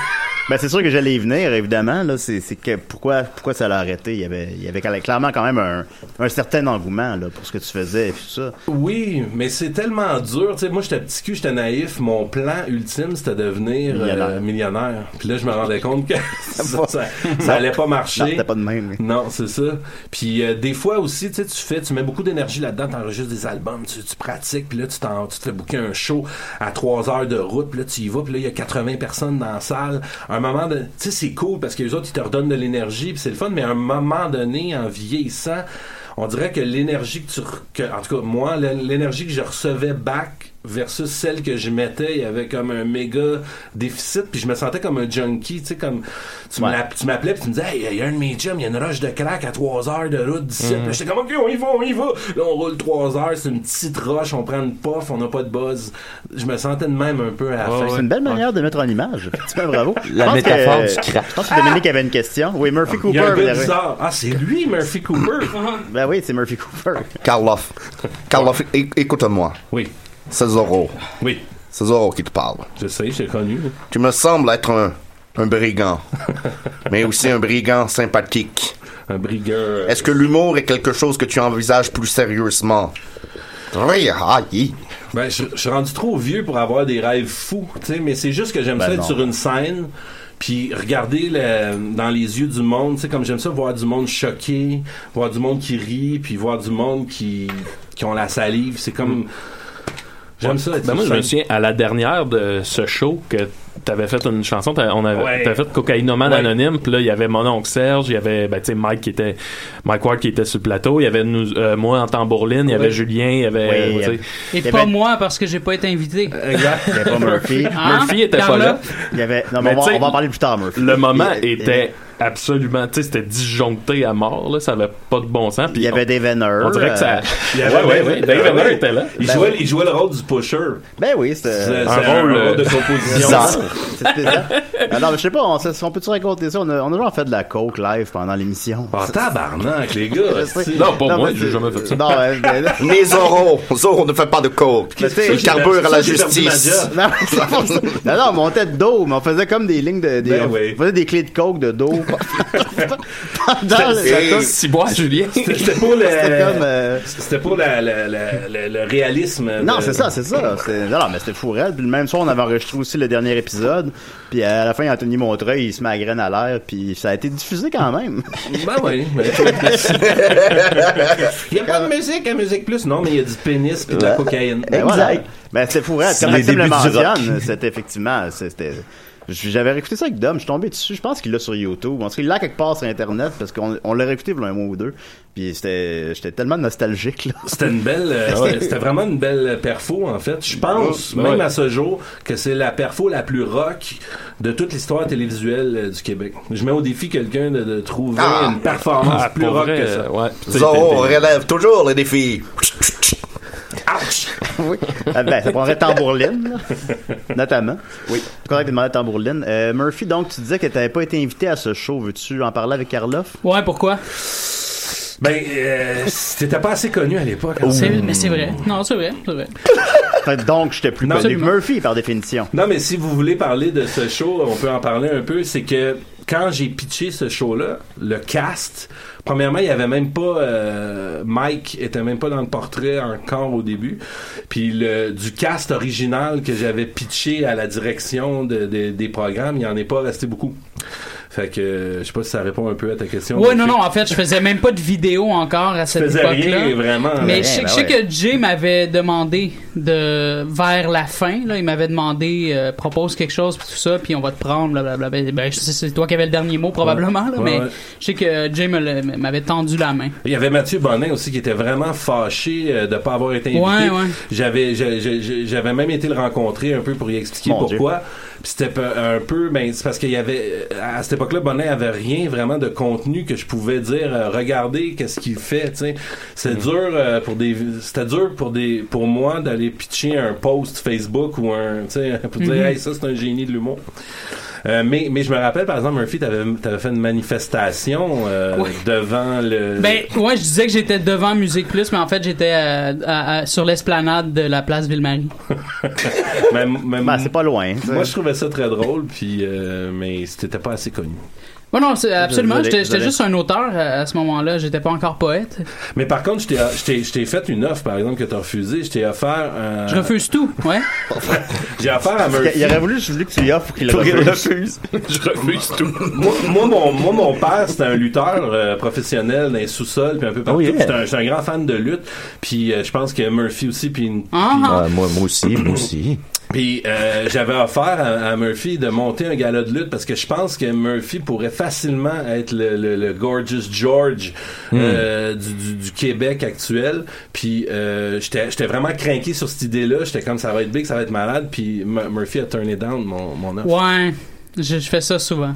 Ben, c'est sûr que j'allais y venir, évidemment. Là, c'est, c'est que pourquoi, pourquoi ça l'a arrêté? Il y avait, il y avait clairement quand même un, un certain engouement là, pour ce que tu faisais et tout ça.
Oui, mais c'est tellement dur. Tu sais, moi, j'étais petit cul, j'étais naïf. Mon plan ultime, c'était devenir euh, millionnaire.
Millionnaire.
Puis là, je me rendais compte que ça, ça, ça allait pas marcher.
Non, c'était pas de même.
Non, c'est ça. Puis euh, des fois aussi, tu sais, tu fais, tu mets beaucoup d'énergie là-dedans, t'enregistres des albums, tu, tu pratiques, puis là, tu, t'en- tu te fais booker un show à trois heures de route, puis là, tu y vas, puis là, il y a 80 personnes dans la salle. À un moment de... Tu sais, c'est cool, parce que les autres, ils te redonnent de l'énergie, puis c'est le fun, mais à un moment donné, en vieillissant, on dirait que l'énergie que tu... re- que- en tout cas, moi, l'é- l'énergie que je recevais back versus celle que je mettais, il y avait comme un méga déficit, puis je me sentais comme un junkie, tu sais, comme... Tu me
Ouais.
la- tu m'appelais puis tu me disais, hey, il y a un de mes chums, il y a une roche de crack à 3 heures de route d'ici.
Mhm.
Puis J'étais comme, ok, on y va, on y va. Là, on roule 3 heures, c'est une petite roche, on prend une puff, on n'a pas de buzz. Je me sentais de même un peu à la fin.
c'est une belle manière de mettre en image. Effectivement, bravo.
La
Je pense que-
métaphore du crack.
Je pense que Dominique avait une question. Oui, Murphy
Il y
Cooper.
a un
vous
gars
avez-
bizarre. Ah, c'est lui, Murphy Cooper.
Ben oui, c'est Murphy Cooper.
Karloff. Karloff, é- écoute-moi.
Oui.
C'est Zorro.
Oui.
C'est Zorro qui te parle.
Je sais, j'ai connu.
Tu me sembles être un, un brigand. mais aussi un brigand sympathique.
Un brigand. euh,
Est-ce que l'humour est quelque chose que tu envisages plus sérieusement? Oui, aïe.
Ben, je, je suis rendu trop vieux pour avoir des rêves fous, tu sais, mais c'est juste que j'aime
Ben
ça être
non.
sur une scène, puis regarder le- dans les yeux du monde, tu sais, comme j'aime ça voir du monde choqué, voir du monde qui rit, puis voir du monde qui, qui ont la salive, c'est comme... J'aime ça être
Ben
sur
moi, je me
scène.
souviens à la dernière de ce show que t'avais fait une chanson, t'avais, on avait,
Ouais.
t'avais fait Cocaïnoman
Ouais.
Anonyme, puis là, il y avait mon oncle Serge, il y avait, ben, tu sais, Mike qui était, Mike Ward qui était sur le plateau, il y avait nous, euh, moi en tambourline, il y avait
Ouais.
Julien, il y avait,
Ouais,
tu sais.
Et
Eh
pas
ben-
moi, parce que j'ai pas été invité.
Exact.
Il y avait pas Murphy.
Hein?
Murphy était pas
Carla?
là.
Il y avait... Non, mais, on,
tu
va,
sais,
on va en parler plus tard, Murphy.
Le moment
Il- il-
était absolument, tu sais, c'était disjoncté à mort, là, ça avait pas de bon sens. Il y avait
Dave Venner.
On dirait que ça.
euh,
Il y
ouais,
avait-
ouais, ouais, Dave
Ben
Venner
oui.
était là. Euh,
Il, jouait, il jouait le rôle du pusher.
Ben oui, c'était
C'est- c'est un rôle, de composition.
C'est spécial. Alors, je sais pas, on, s- on peut-tu raconter ça? On a, on a genre fait de la coke live pendant l'émission.
Ah, tabarnak, les gars!
Non, pas moi, j'ai jamais fait ça. Non, euh, ben, là-
Mais Zorro, Zorro ne fait pas de coke.
Mais tu sais,
Il carbure à la justice.
Non, mais c'est pour ça. non, non, on montait de dos, mais on faisait comme des lignes de. Des, on faisait des clés de coke de dos. Pendant
C'était-
le-
c'est-
bois, Julien.
C'était c'était pour le.
C'était comme, euh,
C'était pour la- la- la- la- le réalisme.
Non,
de-
c'est ça, c'est ça. C'est- Non, non, mais c'était fou raide. Puis le même soir, on avait enregistré aussi le dernier épisode. Puis à la fin, Anthony Montreuil, il se met la graine à l'air. Puis ça a été diffusé quand même.
Ben oui. mais- il n'y a pas de musique à Musique Plus. Non, mais il y a du pénis et de la
Ouais.
cocaïne.
Ben voilà. Ben, c'est fou, raide.
C'est
Comme
les
Maxime le
débuts du rock.
mentionne, c'était effectivement. c'était- J'avais réécouté ça avec Dom, je suis tombé dessus, je pense qu'il l'a sur YouTube. En tout cas, il l'a quelque part sur Internet parce qu'on on l'a réécouté il y a un mois ou deux. Puis c'était- j'étais tellement nostalgique. là.
C'était une belle, euh,
Ah ouais. Ah,
c'était- c'était vraiment une belle euh, perfo en fait. Je pense
Ouais.
même
Ouais.
à ce jour que c'est la perfo la plus rock de toute l'histoire télévisuelle euh, du Québec. Je mets au défi quelqu'un de, de trouver
Ah.
une performance
Ah,
plus
pour
rock
vrai,
que ça.
Zorro relève toujours les défis.
oui. Ah ben, ça prendrait tambourline, là. notamment. Oui. Tu correct de demander tambourline. Euh, Murphy, donc, tu disais que tu n'avais pas été invité à ce show. Veux-tu en parler avec Karloff?
Ouais, pourquoi?
Ben, euh, t'étais pas assez connu à l'époque. hein.
C'est- Mais c'est vrai. Non, c'est vrai. C'est vrai.
Fait que Donc, j'étais plus
Non.
connu que
Absolument.
Murphy, par définition.
Non, mais si vous voulez parler de ce show, on peut en parler un peu. C'est que quand j'ai pitché ce show-là, le cast, premièrement, il y avait même pas euh, Mike était même pas dans le portrait encore au début. Puis le du cast original que j'avais pitché à la direction de- de- des programmes, il en est pas resté beaucoup. Fait que euh, je sais pas si ça répond un peu à ta question.
Ouais,
mais
non,
je-
non, en fait, je faisais même pas de vidéo encore à cette
faisais
époque-là.
rien, vraiment,
Mais
rien,
je sais,
ben
je sais
ouais.
que Jay m'avait demandé de vers la fin, là, il m'avait demandé euh, propose quelque chose puis tout ça, puis on va te prendre, blablabla. Ben, Ben, je sais, c'est toi qui avais le dernier mot probablement, là,
Ouais,
mais
ouais.
je sais que Jay me l'a- m'avait tendu la main.
Il y avait Mathieu Bonin aussi qui était vraiment fâché euh, de pas avoir été invité.
Ouais, ouais.
J'avais j'ai- j'ai- j'ai- j'avais même été le rencontrer un peu pour lui expliquer
Mon
pourquoi. Puis c'était pe- un peu ben c'est parce qu'il y avait euh, à cette époque-là Bonin avait rien vraiment de contenu que je pouvais dire euh, regardez qu'est-ce qu'il fait, tu sais. C'est dur euh, pour des c'était dur pour des pour moi d'aller pitcher un post Facebook ou un tu sais pour dire
Mm-hmm.
Mhm.
hey ça c'est un génie de l'humour. Euh, mais, mais je me rappelle, par exemple, Murphy, t'avais, t'avais fait une manifestation euh,
Ouais.
devant le...
Ben, ouais, je disais que j'étais devant Musique Plus, mais en fait, j'étais euh, à- à- sur l'esplanade de la place Ville-Marie.
Ben, c'est pas loin.
Moi, je trouvais ça très drôle, puis euh, mais c'était pas assez connu.
Ouais, non, c'est- absolument,
Désolé,
j'étais j'étais
désolé.
juste un auteur euh, à, à ce moment-là, j'étais pas encore poète.
Mais par contre, je t'ai- je t'ai je t'ai fait une offre, par exemple, que t'as refusée. Je t'ai offert... un-
Je refuse tout, ouais.
J'ai offert à Murphy...
Il aurait voulu, je voulais que tu lui offres pour qu'il
Pour qu'il
le
refuse.
je refuse
tout. moi, moi, mon, moi, mon père, c'était un lutteur euh, professionnel dans les sous-sols, puis un peu partout.
Oh, yeah.
Puis J'étais un, j'étais un grand fan de lutte. Puis euh, je pense que Murphy aussi, puis... une-
Ah, moi, moi aussi, moi aussi.
Puis euh, j'avais offert à, à Murphy de monter un gala de lutte parce que je pense que Murphy pourrait facilement être le, le- le gorgeous George euh, du, du- du Québec actuel. Puis euh, j'étais j'étais vraiment craqué sur cette idée-là. J'étais comme ça va être big, ça va être malade. Puis Mu- Murphy a turné down mon, mon offre.
Ouais, je, je fais ça souvent.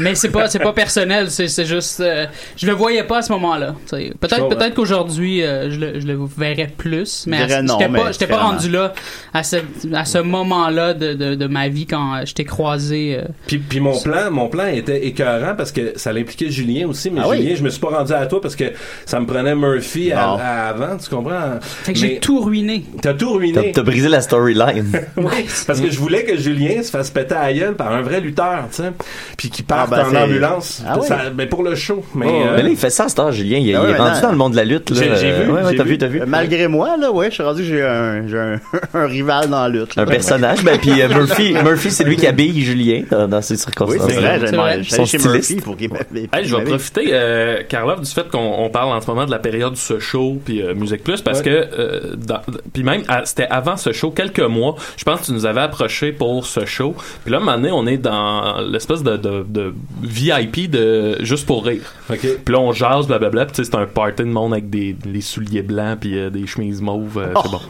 Mais c'est pas c'est pas personnel, c'est c'est juste euh, je le voyais pas à ce moment-là. tu sais.
Je
Peut-être
comprends.
peut-être qu'aujourd'hui euh, je, le, je le verrais plus, mais
Je
à-
dirais non,
j'étais
mais
pas j'étais pas
différemment.
rendu là à ce à ce moment-là de, de, de ma vie quand euh, je t'ai croisé. euh.
Puis, puis mon plan, mon plan était écœurant parce que ça l'impliquait Julien aussi, mais
Ah oui?
Julien, je me suis pas rendu à toi parce que ça me prenait Murphy à-
Non.
à avant, tu comprends?
Fait que j'ai
Mais-
tout ruiné.
T'as tout ruiné.
T'as t'as brisé la storyline.
Ouais, parce que je voulais que Julien se fasse péter à gueule par un vrai lutteur, tu sais, puis qu'il parte
Ah, ben,
en
c'est-
ambulance.
Ah ouais.
Ça- ben, pour le show. Mais,
Mais,
euh,
Oh, ben là, il fait ça, Star Julien. Il,
Ah
il
ouais,
est rendu
maintenant-
dans le monde de la lutte. là.
J'ai- j'ai vu,
Ouais, ouais,
j'ai
t'as
vu.
vu, t'as vu.
Euh, Malgré moi, là, ouais, je suis rendu que j'ai un, j'ai un, un rival dans la lutte. là.
Un personnage, ben puis euh, Murphy, Murphy c'est lui qui habille Julien dans, dans ces
Oui,
circonstances.
c'est vrai, j'ai demandé- j'allais
Son
chez
styliste.
Murphy pour qu'il m'avait-
Hey,
je vais
m'avait-
profiter, euh, Karloff, du fait qu'on on parle en ce moment de la période de ce show puis euh, Musique Plus, parce que euh, dans- puis même à- c'était avant ce show, quelques mois, je pense que tu nous avais approché pour ce show. Puis là, à un moment donné, on est dans l'espèce de, de- de VIP de juste pour rire. Puis là, on jase, blablabla. Puis tu sais, c'est un party de monde avec des, des souliers blancs puis euh, des chemises mauves. euh, C'est
Oh.
bon.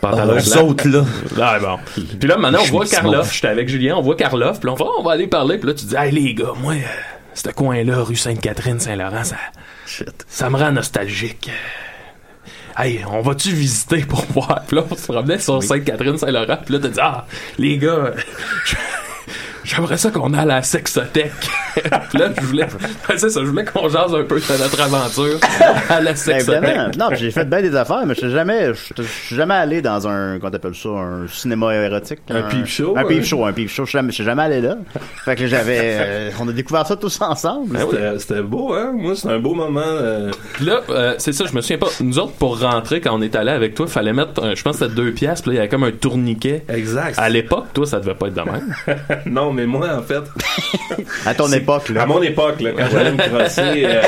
Pantalons
Oh, eux
blancs.
autres, là.
Ah, bon. Puis là, maintenant, on voit
Chemises mauves.
Karloff. J'étais avec Julien, on voit Karloff. Puis là, on va, on va aller parler. Puis là, tu dis, hey les gars, moi, euh, ce coin-là, rue Sainte-Catherine, Saint-Laurent, ça, ça me rend nostalgique. Hey, on va-tu visiter pour voir? Puis là, on se promenait sur Sainte-Catherine, Saint-Laurent. Puis là, t'as dit, ah, les gars, euh, je- j'aimerais ça qu'on aille à la sexothèque. puis là, je voulais, Ouais, c'est ça, je voulais qu'on jase un peu de notre aventure à la
Ben,
sexothèque.
évidemment. Non, puis j'ai fait bien des affaires, mais je suis jamais, je je suis jamais allé dans un, qu'on appelle ça, un cinéma érotique.
Un peep show,
Un
ouais.
peep show, un peep show. Je suis jamais, je suis jamais allé là. Fait que j'avais, euh, on a découvert ça tous ensemble.
Ben
C'était c'était beau, hein? Moi, c'était un beau moment. euh.
Puis là, euh, c'est ça, je me souviens pas. Nous autres, pour rentrer, quand on est allé avec toi, fallait mettre, un- je pense, que c'était deux pièces. Puis là, il y avait comme un tourniquet.
Exact.
À l'époque, toi, ça devait pas être de même.
non, mais moi, en fait.
à ton époque, là.
À mon époque, là, quand j'allais me crosser euh,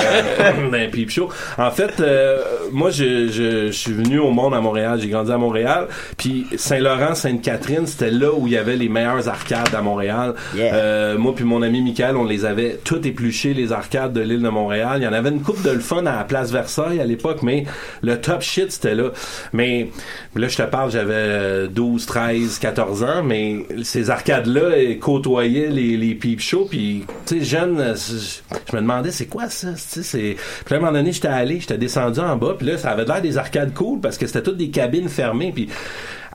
dans un peep show. En fait, euh, moi, je, je, je suis venu au monde à Montréal. J'ai grandi à Montréal. Puis Saint-Laurent, Sainte-Catherine, c'était là où il y avait les meilleures arcades à Montréal. Euh, moi puis mon ami Michael, on les avait tout épluchés, les arcades de l'île de Montréal. Il y en avait une coupe de le fun à la place Versailles à l'époque, mais le top shit, c'était là. Mais là, je te parle, j'avais euh, 12, 13, 14 ans, mais ces arcades-là euh, côtoyaient voyais les, les peep shows, puis, tu sais, jeune, euh, c- je me demandais, c'est quoi ça? tu sais, c'est- Puis à un moment donné, j'étais allé, j'étais descendu en bas, puis là, ça avait l'air des arcades cool, parce que c'était toutes des cabines fermées, puis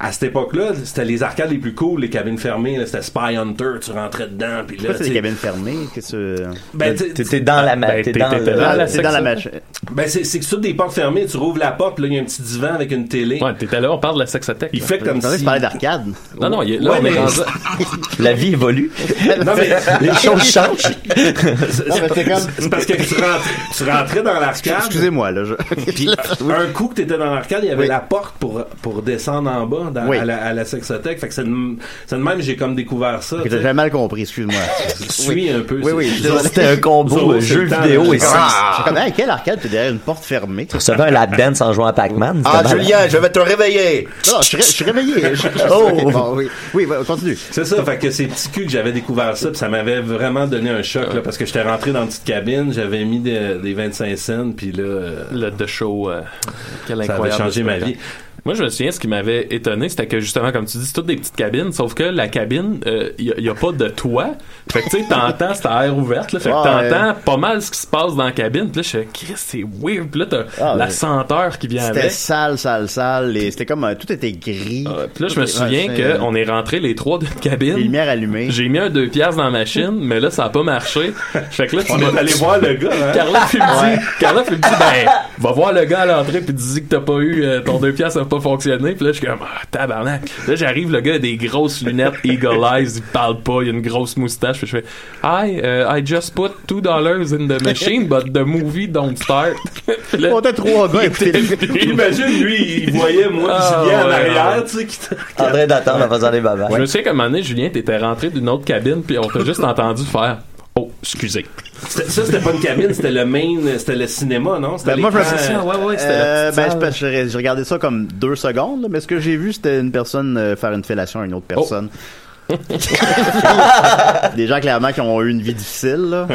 à cette époque-là, c'était les arcades les plus cool, les cabines fermées, là, c'était Spy Hunter, tu rentrais dedans, puis
Je sais
là,
pas si c'est
tu
des
sais,
cabines fermées. Qu'est-ce que.
ben,
T'es-
t'es-
t'es dans la ma-
Ben,
t'es dans
t'étais
le-
dans la
t'es dans la
section.
mach-
Ben, c'est c'est que toutes des portes fermées, tu rouvres la porte, puis là, il y a un petit divan avec une télé. Ouais,
t'étais là, on parle de la sexothèque.
Il fait comme
Attendez,
si.
je parlais d'arcade.
Non, non, il est- là,
Ouais,
on est
mais-
rendu-
La vie évolue.
Non, mais
les choses changent.
C'est
Non, mais c'est comme-
c'est parce que tu rentrais, tu rentrais dans l'arcade.
Excusez-moi, là. Je...
Puis un coup que t'étais dans l'arcade, il y avait
Oui.
la porte pour, pour descendre en bas dans-
Oui.
à, la, à la sexothèque. Fait que c'est de, m- c'est de même, j'ai comme découvert ça.
Ok,
tu
J'ai
sais.
jamais mal compris, excuse-moi.
Suis un peu,
Oui,
c'est-
oui.
Zorro, C'était un combo, Zorro, euh, c'est jeu le temps, vidéo là. et
ça.
sexe.
J'ai comme, hey, quelle arcade, t'es derrière une porte fermée.
Tu recevais un lap dance en jouant à Pac-Man.
Ah, Julien,
je vais te réveiller.
Non, non, je suis ré- je suis réveillé. Je- je-
Oh.
ok, bon, oui. Oui, ouais, continue.
C'est ça, fait que c'est petit cul que j'avais découvert ça, puis ça m'avait vraiment donné un choc, là, parce que j'étais rentré dans une petite cabine, j'avais mis de- des 25 cents, puis là...
Le The Show, euh, quel
Ça
incroyable
avait changé ma
spectacle.
vie.
Moi, je me souviens, ce qui m'avait étonné, c'était que justement, comme tu dis, c'est toutes des petites cabines, sauf que la cabine, il n'y a, pas de toit. Fait que tu sais, t'entends, c'est à air ouverte, là. Fait que
Ouais.
euh,
t'entends pas mal ce qui se passe dans la cabine. Puis là, je suis Chris, c'est weird. Puis là, t'as
Ah,
la
ouais.
senteur qui vient
C'était
avec.
sale, sale, sale. et C'était comme, euh, tout était gris.
Puis Ah, là, je me souviens qu'on est rentré les trois d'une cabine. Les
lumières allumées.
J'ai mis un deux piastres dans la machine, mais là, ça a pas marché. Fait que là, tu
On
m'as-
est allé voir le gars, hein?
Carla puis me
Ouais.
dit, Carla puis me dit, ben, va voir le gars à l'entrée puis dis que t'as pas eu, euh, ton deux piastres ça a pas fonctionné. Puis là, je suis comme, ah, tabarnak. Là, j'arrive, le gars a des grosses lunettes, eagle eyes, il parle pas, il a une grosse moustache. Puis je fais, hi, euh, I just put two dollars in the machine, but the movie don't start. Puis là,
On était trois gars, écoutez.
Imagine, lui, il voyait moi,
Ah,
Julien, en
ouais,
arrière,
ouais.
tu sais, qui t-
En train d'attendre en faisant des babas.
Je me souviens qu'à un moment donné, Julien, t'étais rentré d'une autre cabine, puis on t'a juste entendu faire Oh, excusez.
C'était- Ça, c'était pas une cabine, c'était le main, c'était le cinéma, non? C'était
Ben, moi, je me
l'écran-
Ah,
souviens- Euh, ben, c'est parce que j'ai j'ai regardé ça comme deux secondes, là, mais ce que j'ai vu, c'était une personne euh, faire une fellation à une autre
Oh.
personne. Des gens, clairement, qui ont eu une vie difficile, là.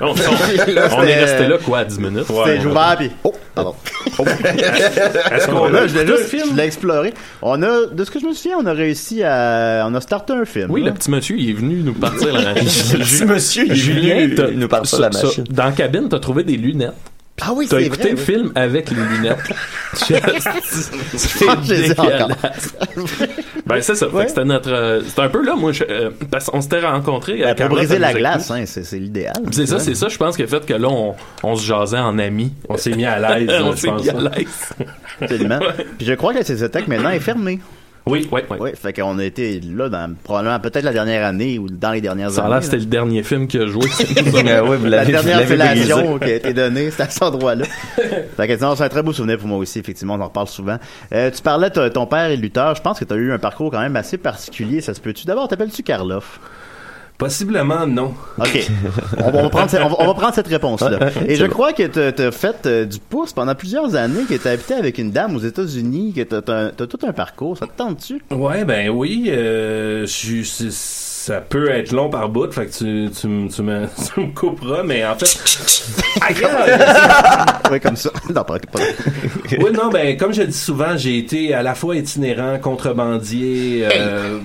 on, on-
Là,
on est
c'était- euh,
resté là, quoi, 10 minutes?
C'était ouvert, puis... Oh, pardon.
Est-ce qu'on
Là,
a
je l'ai
écouté un
juste-
film?
je l'ai exploré. On a, de ce que je me souviens, on a réussi à, on a starté un film.
Oui,
là.
le petit monsieur, il est venu nous partir la
Le
machine.
petit monsieur, il est venu
t'as-
nous partir
ça-
la
ça-
machine.
dans la cabine, t'as trouvé des lunettes.
Ah oui,
T'as
c'est
écouté
vrai,
le
oui.
film avec les lunettes.
Ah, je les ai encore.
dégueulasse. ben, c'est ça. Fait que c'était notre. euh, c'était un peu là, moi, je- euh, parce qu'on s'était rencontrés. à
Ben, pour
Carlotte,
briser
à
la
Musique
glace, hein, c'est c'est l'idéal.
C'est ça, c'est ça, je pense que le fait que là, on, on se jasait en amis.
On s'est mis à l'aise,
on
je
s'est
pense,
mis à
hein.
l'aise.
Absolument. Puis je crois que ces attaques maintenant est fermée.
Oui, oui, oui.
Oui, fait qu'on a été là dans probablement peut-être la dernière année ou dans les dernières
Ça a
années.
l'air que c'était le dernier film qu'il a joué.
euh,
là. la dernière
appellation
fellation qui a été donnée, c'était à cet endroit-là. fait que non, c'est un très beau souvenir pour moi aussi, effectivement, on en reparle souvent. Euh, tu parlais, de ton père est lutteur, je pense que tu as eu un parcours quand même assez particulier, ça se peut-tu? D'abord, t'appelles-tu Karloff?
Possiblement, non.
OK. On va, on va prendre, ce- on va- on va prendre cette réponse-là. Et je crois que tu as fait euh, du pouce pendant plusieurs années, que tu as habité avec une dame aux États-Unis, que tu as, tout un parcours. Ça te tente-tu?
Ouais, ben oui, euh, je suis- c'est- ça peut être long par bout, fait que tu, tu, me- tu, me, tu me couperas, mais en fait... Ah,
oui, comme ça. Non, pas, pas-
oui, non, ben comme je le dis souvent, j'ai été à la fois itinérant, contrebandier, euh,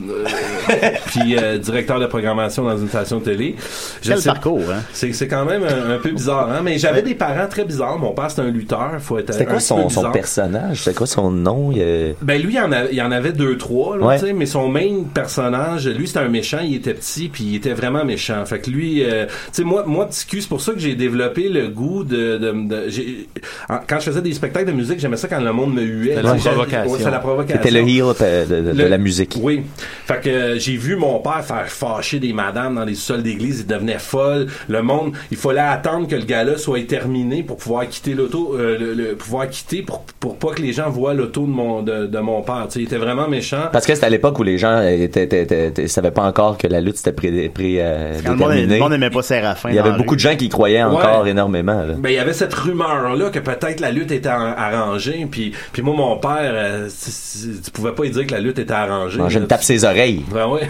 euh, puis euh, directeur de programmation dans une station de télé. Je
Quel
sais-
parcours, hein?
C'est c'est quand même un, un peu bizarre, hein? Mais j'avais des parents très bizarres. Mon père, c'était un lutteur. Faut être
C'était
un
quoi
petit
son,
peu
son
bizarre.
personnage? C'était quoi son nom? Il, euh,
Ben lui, il en, a- il en avait deux, trois, là,
Ouais.
tu sais, mais son main personnage, lui, c'était un méchant, il était petit, puis il était vraiment méchant. Fait que lui, euh, tu sais, moi, moi, petit cul, c'est pour ça que j'ai développé le goût de... de, de- j'ai- en- quand je faisais des spectacles de musique, j'aimais ça quand le monde me huait.
Ouais.
Tu sais, ouais, c'est la provocation.
C'était le heel euh, de, de- de
Le-
la musique.
Oui. Fait que euh, j'ai vu mon père faire fâcher des madames dans les sols d'église. Il devenait folle. Le monde, il fallait attendre que le gala soit terminé pour pouvoir quitter l'auto, euh, le, le- pouvoir quitter pour, pour pas que les gens voient l'auto de mon, de, de mon père. Tu sais, il était vraiment méchant.
Parce que c'était à l'époque où les gens euh, étaient, étaient- étaient- étaient- savaient pas encore que la lutte c'était pré, pré, euh,
le monde-
déterminée.
le monde aimait pas Séraphin.
Il y
dans
avait
la
beaucoup
rue.
de gens qui y croyaient
Ouais.
encore énormément. là.
Ben, il y avait cette rumeur-là que peut-être la lutte était en- arrangée. Puis, puis moi, mon père, euh, c- c- tu pouvais pas lui dire que la lutte était arrangée.
Bon, je me
Là,
tape ses oreilles.
Ben ouais.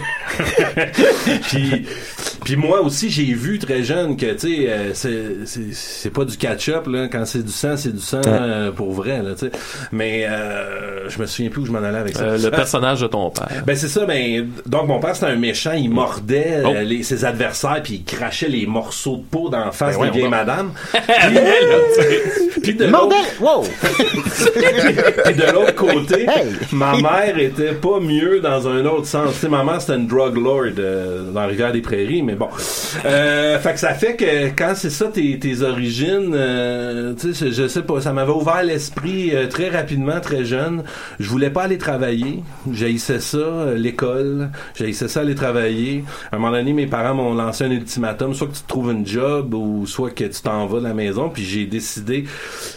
Ben puis, Puis moi aussi, j'ai vu très jeune que, tu sais, euh, c'est- c'est- c'est pas du catch-up, là. Quand c'est du sang, c'est du sang
Ouais.
euh, pour vrai, là, tu sais. Mais euh, je me souviens plus où je m'en allais avec ça.
Euh, le
Ah,
personnage de ton père.
ben c'est ça, ben donc mon père c'était un méchant, il mordait euh,
Oh.
les- ses adversaires puis il crachait les morceaux de peau dans la face
Ben ouais,
des vieilles
on-
madames. Puis- Puis de l'autre- Puis de l'autre côté, ma mère était pas mieux dans un autre sens. Tu sais, ma mère c'était une drug lord euh, dans Rivière des Prairies, mais bon. Euh, fait que ça fait que quand c'est ça tes, tes origines, euh, tu sais, je sais pas, ça m'avait ouvert l'esprit euh, très rapidement, très jeune. Je voulais pas aller travailler. J'haïssais ça, euh, l'école. J'haïssais ça aller travailler. À un moment donné, mes parents m'ont lancé un ultimatum, soit que tu te trouves une job ou soit que tu t'en vas de la maison. Puis j'ai décidé.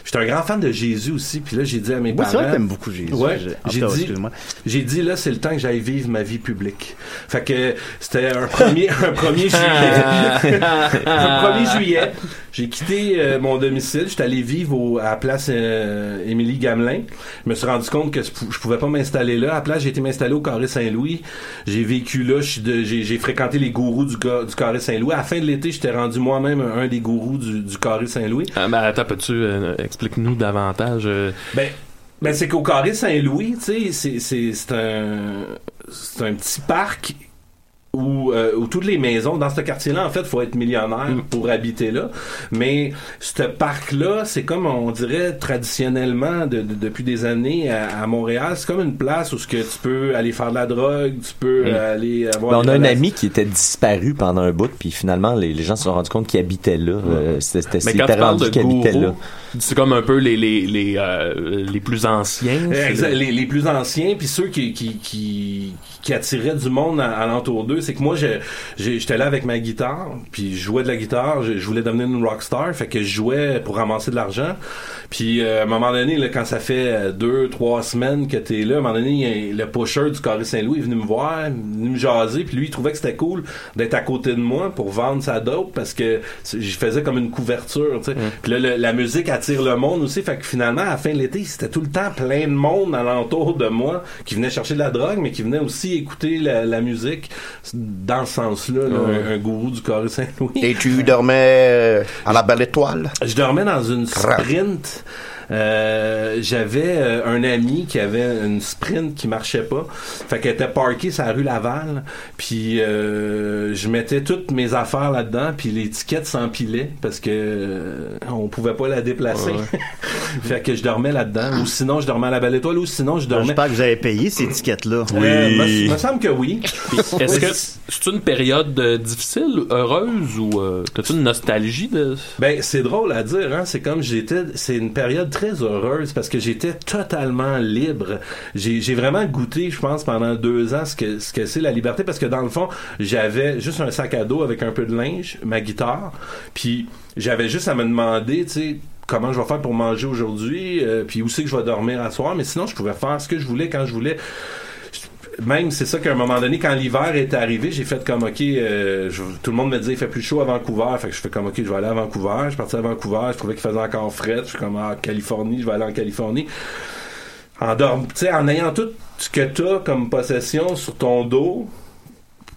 J'étais un grand fan de Jésus aussi. Puis là, j'ai dit à mes
Oui,
parents.
c'est vrai que t'aimes beaucoup Jésus.
Ouais,
Je- en
j'ai
tout cas,
dit.
excuse-moi.
J'ai dit là, c'est le temps que j'aille vivre ma vie publique. Fait que c'était un premier, un premier
Ah.
Ah.
juillet. un premier juillet, j'ai quitté euh, mon domicile. J'étais allé vivre au- à la place euh, Émilie Gamelin. Je me suis rendu compte que je pou- je pouvais pas m'installer là. À la place, j'ai été m'installer au Carré Saint-Louis. J'ai vécu là. je suis de- J'ai j'ai fréquenté les gourous du, ca- du Carré Saint-Louis. À la fin de l'été, j'étais rendu moi-même un des gourous du, du Carré Saint-Louis.
Ah, ben, attends, peux-tu euh, explique-nous davantage euh,
Ben, ben c'est qu'au Carré Saint-Louis, tu sais, c'est- c'est c'est un, c'est un petit parc où, euh, où toutes les maisons, dans ce quartier-là, en fait, faut être millionnaire
Mm.
pour habiter là. Mais ce parc-là, c'est comme on dirait traditionnellement de- de- depuis des années à, à Montréal, c'est comme une place où ce que tu peux aller faire de la drogue, tu peux
Mm.
euh, aller
Ben,
avoir
on
des
a un
relations.
ami qui était disparu pendant un bout, puis finalement, les, les gens se sont rendus compte qu'il habitait là. Euh, C'était c'était-
Mais
il
quand
était
tu parles
rendu
de
qu'il habitait là.
gourou, c'est comme un peu les les les, euh, les plus anciens.
Euh,
c'est-
exa- les, les plus anciens, puis ceux qui, qui, qui, qui attiraient du monde à- alentour d'eux, c'est que moi, je- j'ai- j'étais là avec ma guitare, puis je jouais de la guitare, je, je voulais devenir une rockstar, fait que je jouais pour ramasser de l'argent. Puis euh, à un moment donné, là, quand ça fait euh, deux, trois semaines que t'es là, à un moment donné, il y a- le pusher du Carré Saint-Louis est venu me voir, il est venu me jaser, puis lui, il trouvait que c'était cool d'être à côté de moi pour vendre sa dope, parce que c'est- je faisais comme une couverture, tu sais. Puis là, le- la musique attire le monde aussi, fait que finalement, à la fin de l'été, c'était tout le temps plein de monde alentour de moi qui venait chercher de la drogue, mais qui venait aussi écouter la, la musique dans ce sens-là, là,
Ouais.
un, un gourou du Carré Saint-Louis.
Et tu dormais euh, à la belle étoile.
Je dormais dans une
Crap.
sprint. Euh, j'avais euh, un ami qui avait une sprint qui marchait pas. Fait qu'elle était parkée sur la rue Laval. Puis euh, je mettais toutes mes affaires là-dedans. Puis l'étiquette s'empilait parce que euh, on pouvait pas la déplacer.
Ouais.
fait que je dormais là-dedans. Ou sinon je dormais à la belle étoile. Ou sinon
Ben,
je dormais.
J'espère que vous avez payé ces étiquettes-là.
Euh, me, me semble que oui.
Puis, Est-ce que c'est une période euh, difficile, heureuse ou euh, t'as-tu une nostalgie de
Ben, c'est drôle à dire, hein. C'est comme j'étais, c'est une période très heureuse parce que j'étais totalement libre. J'ai, j'ai vraiment goûté, je pense, pendant deux ans, ce que, ce que c'est la liberté parce que dans le fond, j'avais juste un sac à dos avec un peu de linge, ma guitare, puis j'avais juste à me demander, tu sais, comment je vais faire pour manger aujourd'hui, euh, puis où c'est que je vais dormir à soir, mais sinon, je pouvais faire ce que je voulais quand je voulais même c'est ça qu'à un moment donné quand l'hiver est arrivé j'ai fait comme ok euh, je- tout le monde me disait il fait plus chaud à Vancouver fait que je fais comme ok je vais aller à Vancouver je suis parti à Vancouver je trouvais qu'il faisait encore frais je suis comme en Californie je vais aller en Californie en dorm- tu sais, en ayant tout ce que t'as comme possession sur ton dos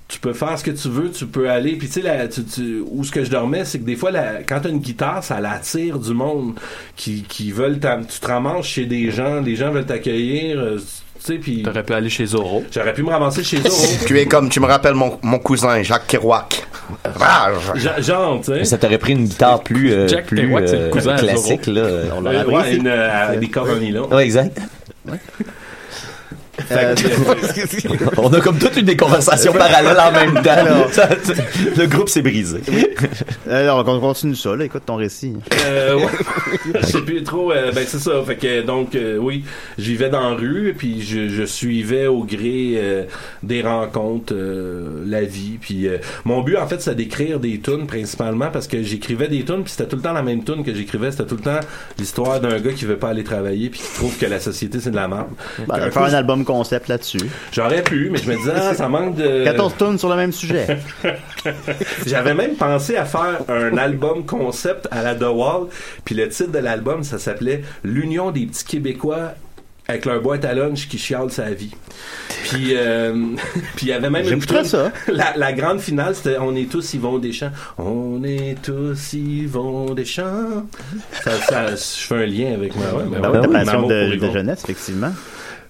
tu peux faire ce que tu veux, tu peux aller. Puis tu sais, la- tu- tu- où ce que je dormais, c'est que des fois, la, quand t'as une guitare, ça l'attire du monde qui, qui veulent... t'am- Tu te ramasses chez des gens, les gens veulent t'accueillir. euh, tu sais, puis...
T'aurais pu aller chez Zoro.
J'aurais pu me ramasser chez
Oh.
Zoro.
tu es comme, tu me rappelles mon, mon cousin, Jacques Kerouac. Rage!
Ja- Genre, tu
Mais
sais.
ça t'aurait pris une guitare plus, euh,
Jack
plus
Kerouac, c'est le
euh,
cousin à
classique.
Zorro.
Là. On l'aurait
Euh,
appris,
ouais,
c'est-
une, euh, avec des cordes en nylon.
Ouais, exact.
Euh,
Fait
que-
On a comme toutes une des conversations parallèles en même temps. là. Ça, tu- le groupe s'est brisé.
Ben, Euh, Alors, on continue ça, là. Écoute ton récit.
Euh, ouais. je sais plus trop. euh, ben c'est ça. Fait que donc euh, oui, je vivais dans la rue, puis je, je suivais au gré euh, des rencontres euh, la vie. Puis euh, mon but en fait, c'est d'écrire des tunes principalement parce que j'écrivais des tunes, puis c'était tout le temps la même tune que j'écrivais. C'était tout le temps l'histoire d'un gars qui veut pas aller travailler, puis qui trouve que la société c'est de la merde. Un
Ben, on va
peu-
faire un album concept là-dessus.
J'aurais pu, mais je me disais ah, ça manque de
14 tonnes sur le même sujet.
J'avais même pensé à faire un album concept à la The Wall, puis le titre de l'album, ça s'appelait L'Union des petits Québécois avec leur boîte à lunch qui chiale sa vie. Puis euh, puis il y avait même une
J'écouterais
toune-
ça.
La, la grande finale c'était on est tous Yvon Deschamps. On est tous Yvon Deschamps. Ça, ça, je fais un lien avec ma, ouais,
Ben oui, ta passion de, de jeunesse, effectivement.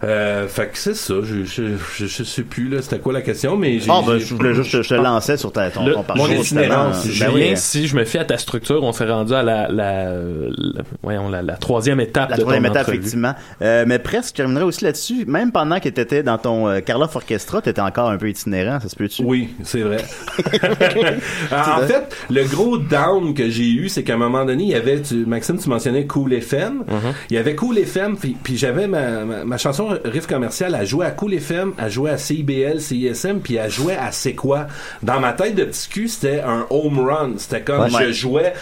euh, fait que c'est ça, je, je, je, je sais plus là, c'était quoi la question, mais j'ai.
Ah, ben,
j'ai-
je voulais juste te- je te lançais sur ta, ton,
Le-
ton parcours.
mon itinérance,
justement.
Julien,
Ben oui, hein.
si je me fie à ta structure, on s'est rendu à la, la, la- voyons, la, la troisième étape
La
de
troisième
ton
étape,
entrevue.
effectivement. Euh, mais presque, je terminerai aussi là-dessus. Même pendant que tu étais dans ton euh, Karloff Orchestra, tu étais encore un peu itinérant, ça se peut-tu?
Oui, c'est vrai. Ah, en fait, le gros down que j'ai eu, c'est qu'à un moment donné, il y avait, tu, Maxime, tu mentionnais Cool FM.
Uh-huh.
Il y avait Cool FM, puis, puis j'avais ma, ma, ma chanson Riff Commercial à jouer à Cool FM, à jouer à CIBL, CISM, puis à jouer à C'est quoi. Dans ma tête de petit cul, c'était un home run. C'était comme
Ouais.
je jouais.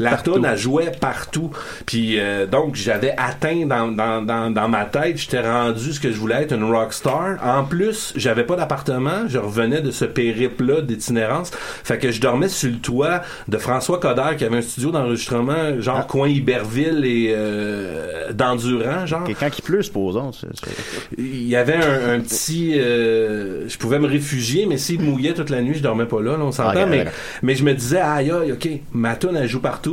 La toune, elle jouait partout. Puis euh, donc, j'avais atteint dans, dans, dans, dans ma tête, j'étais rendu ce que je voulais être, une rock star. En plus, j'avais pas d'appartement, je revenais de ce périple-là d'itinérance. Fait que je dormais sur le toit de François Coder qui avait un studio d'enregistrement, genre coin Iberville et euh, d'Endurant, genre.
Quelqu'un qui pleut, supposons. c'est- c'est-
Il y avait un, un petit... euh, je pouvais me réfugier, mais s'il mouillait toute la nuit, je dormais pas là, là, on s'entend.
Ah,
Ok,
mais,
d'accord.
mais je me disais, aïe, aïe, OK, ma toune, elle joue partout.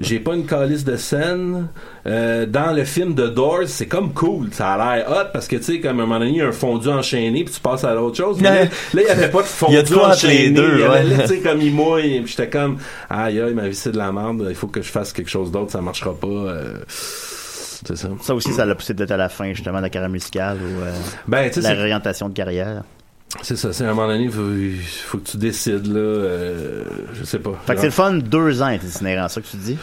J'ai pas une calice de scène. Euh, dans le film de Doors, c'est comme cool. Ça a l'air hot parce que, tu sais, comme à un moment donné, il y a un fondu enchaîné puis tu passes à l'autre chose. Mais là, là, il y avait pas de fondu
Il y a de quoi entre les
enchaîné.
deux,
Il y avait,
ouais.
là, tu sais, comme il mouille. Puis j'étais comme, aïe, aïe, ma vie, c'est de la merde. Il faut que je fasse quelque chose d'autre. Ça marchera pas. euh, c'est ça.
Ça aussi, ça l'a poussé peut-être à la fin, justement, de la carrière musicale ou euh,
Ben, tu sais,
la
c'est-
réorientation de carrière.
C'est ça, c'est à un moment donné, il faut, faut que tu décides, là. euh, je sais pas.
Fait que c'est le fun, deux ans, être itinérant, c'est ça que tu dis?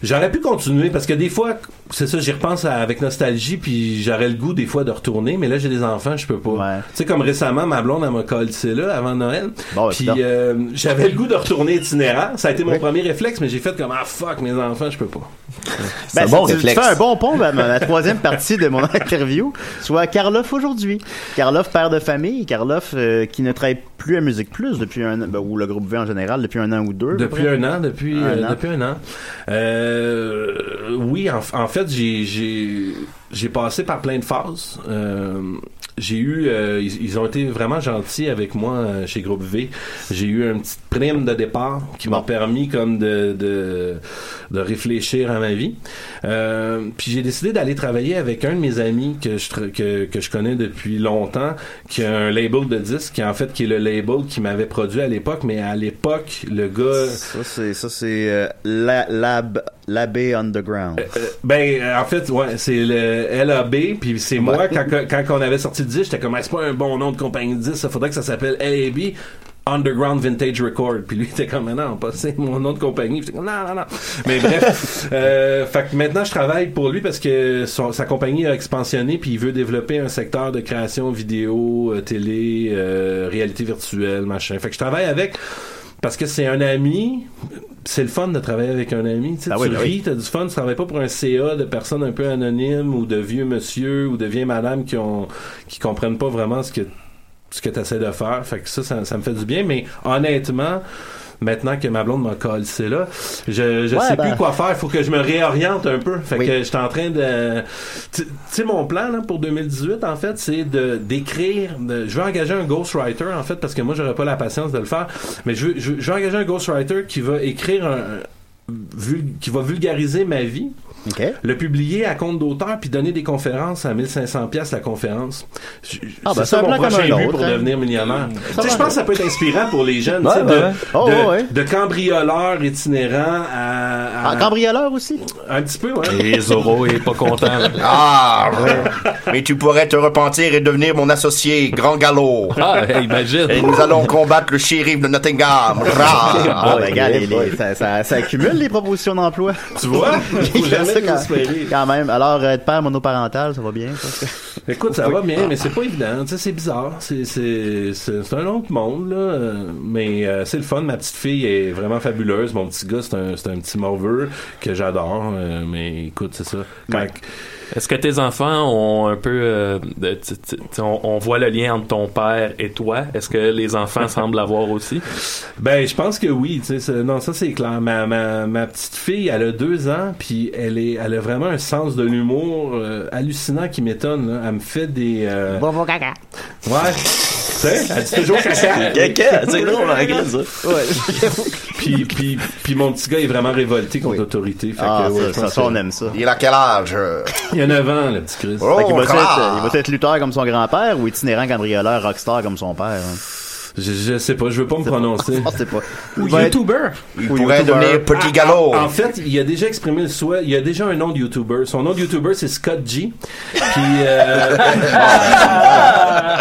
J'aurais pu continuer parce que des fois, c'est ça, j'y repense à- avec nostalgie, puis j'aurais le goût des fois de retourner, mais là j'ai des enfants, je peux pas. Tu sais, comme récemment, ma blonde, elle m'a collé là avant Noël.
Bon,
puis
putain.
euh, j'avais le goût de retourner itinérant. Ça a été mon
Oui.
premier réflexe, mais j'ai fait comme Ah fuck, mes enfants, je peux pas.
Ben, c'est- tu- Tu fais un bon pont à ma, ma troisième partie de mon interview, soit Karloff aujourd'hui. Karloff, père de famille, Karloff euh, qui ne travaille plus à Musique Plus depuis un an, ben, ou le groupe V en général, depuis un an ou deux. à peu
Depuis
près.
un an, depuis,
Un
euh,
an.
depuis un an. Euh, oui, en, en fait, j'ai, j'ai, j'ai passé par plein de phases. Euh, j'ai eu, euh, ils, ils ont été vraiment gentils avec moi euh, chez Groupe V. J'ai eu une petite prime de départ qui m'a permis comme de, de, de réfléchir à ma vie. Euh, puis j'ai décidé d'aller travailler avec un de mes amis que je, tra- que, que je connais depuis longtemps, qui a un label de disques, qui en fait qui est le label qui m'avait produit à l'époque, mais à l'époque, le gars...
Ça, c'est, ça, c'est euh, la, lab, l'abbé underground.
Euh, ben euh, en fait ouais c'est le LAB puis c'est moi quand, quand on avait sorti le disque j'étais comme Ah, c'est pas un bon nom de compagnie de disque ça faudrait que ça s'appelle LAB Underground Vintage Record puis lui il était comme Mais non pas c'est mon nom de compagnie Puis j'étais comme non non non mais bref euh, fait que maintenant je travaille pour lui parce que son- sa compagnie a expansionné puis il veut développer un secteur de création vidéo euh, télé euh, réalité virtuelle machin fait que je travaille avec parce que c'est un ami c'est le fun de travailler avec un ami tu sais,
Ah
tu
oui, ben oui.
ris, t'as du fun, tu travailles pas pour un CA de personnes un peu anonymes ou de vieux monsieur ou de vieilles madames qui ont qui comprennent pas vraiment ce que ce que t'essaies de faire. Fait que ça, ça, ça me fait du bien, mais honnêtement, maintenant que ma blonde m'a collé là, je, je
Ouais,
sais
ben-
plus quoi faire. Faut que je me réoriente un peu. Fait
Oui.
que j'étais en train de. Tu tu sais, mon plan là, pour 2018, en fait, c'est de d'écrire. de- Je veux engager un ghostwriter, en fait, parce que moi, j'aurais pas la patience de le faire. Mais je veux, je veux, je veux engager un ghostwriter qui va écrire un. vul- qui va vulgariser ma vie
OK.
le publier à compte d'auteur puis donner des conférences à 1500 pièces la conférence. Je- je-
Ah, ben,
c'est
c'est un
ça mon
plan comme
prochain
un
but
autre,
pour
hein.
devenir millionnaire. Tu sais,
va.
je pense que ça peut être inspirant pour les jeunes,
Ouais,
tu sais, de,
ouais.
Oh,
de,
ouais, ouais.
de cambrioleur itinérant à, à-
Ah, cambrioleur aussi?
un petit peu, ouais.
Et Zoro est pas content. là.
Ah! Mais tu pourrais te repentir et devenir mon associé, Grand Galop.
Ah, hey, imagine.
Et nous allons combattre le shérif de Nottingham. Rah!
Ah, ben, regarde, les- les- ça, ça- ça accumule les propositions d'emploi.
Tu vois? Faut
J'aime
jamais
ça quand,
prospérer.
quand même. Alors, euh, être père monoparental, ça va bien? ça?
Écoute, ça va
Ah.
bien, mais c'est pas évident. Tu sais, c'est bizarre. C'est, c'est, c'est, c'est un autre monde, là. Euh, Mais euh, c'est le fun. Ma petite fille est vraiment fabuleuse. Mon petit gars, c'est un, c'est un petit morveux que j'adore. Euh, mais écoute, c'est ça. Quand,
Est-ce que tes enfants ont un peu. euh, de- tu- tu- tu- on, on voit le lien entre ton père et toi. Est-ce que les enfants semblent l'avoir aussi?
Ben, je pense que oui. tu sais, c'est- non, ça c'est clair. Ma, ma, ma petite fille, elle a deux ans, puis elle est, elle a vraiment un sens de l'humour euh, hallucinant qui m'étonne. là. Elle me fait des. euh,
Bon, bon, caca.
Ouais. Tu sais, elle dit toujours caca.
Caca, c'est drôle, hein, en gris, ça.
puis, puis, puis mon petit gars est vraiment révolté contre l'autorité. fait
Ah,
que, ouais,
ça,
je
ça,
pense
ça,
que- Oh,
on aime ça.
Il a quel âge? euh?
Il y a 9 ans, le petit Chris.
Oh,
Fait qu'il va
crap!
être- il va être lutteur comme son grand-père ou itinérant cambrioleur rockstar comme son père.
Je, je sais pas, je veux pas me prononcer.
Je sais pas.
Ou
Il va être-
YouTuber.
Il Ou pourrait YouTuber. devenir Petit Gallo.
Ah, En fait, il a déjà exprimé le souhait. Il a déjà un nom de YouTuber. Son nom de YouTuber, c'est Scott G. Puis, euh,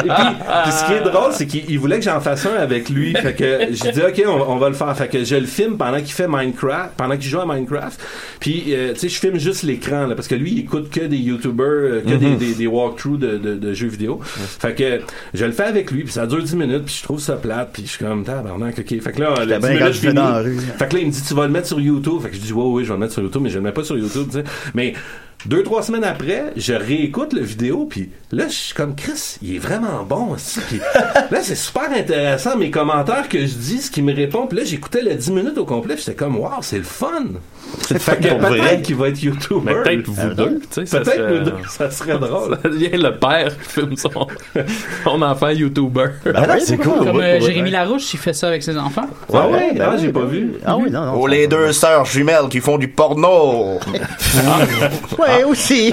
Et puis, puis ce qui est drôle, c'est qu'il il voulait que j'en fasse un avec lui. Fait que j'ai dit, OK, on, on va le faire. Fait que je le filme pendant qu'il fait Minecraft, pendant qu'il joue à Minecraft. Puis, euh, tu sais, je filme juste l'écran, là, parce que lui, il écoute que des YouTubers, euh, que
Mhm.
Mm-hmm.
des, des- des walkthroughs de, de- de jeux vidéo. Fait que je le fais avec lui, puis ça dure 10 minutes, puis je trouve ça plate, puis je suis comme, tabarnak, OK. Fait que là, le
bien
10
quand
minutes
je fais dans
fini.
la rue.
Fait que là, il me dit, tu vas le mettre sur YouTube. Fait que je dis, ouais, oui, je vais le mettre sur YouTube, mais je le mets pas sur YouTube, tu sais. Mais deux, trois semaines après, je réécoute le vidéo, puis là, je suis comme, Chris, il est vraiment bon aussi. Puis là, c'est super intéressant, mes commentaires que je dis, ce qu'il me répond. Puis là, j'écoutais le 10 minutes au complet, puis j'étais comme, waouh, c'est le fun. Fait que
Pour vrai.
peut-être qu'il va être YouTuber.
Mais peut-être vous deux, tu sais. ça
Peut-être
serait-
nous deux, ça serait drôle.
Ça devient le père qui filme son, son enfant YouTuber.
Ben
Comme euh, Jérémy Larouche, il fait ça avec ses enfants.
Ah ouais, ah, j'ai pas vu.
Ben Ah oui, non, non.
Ou Oh, les deux sœurs jumelles qui font du porno.
Ouais, aussi.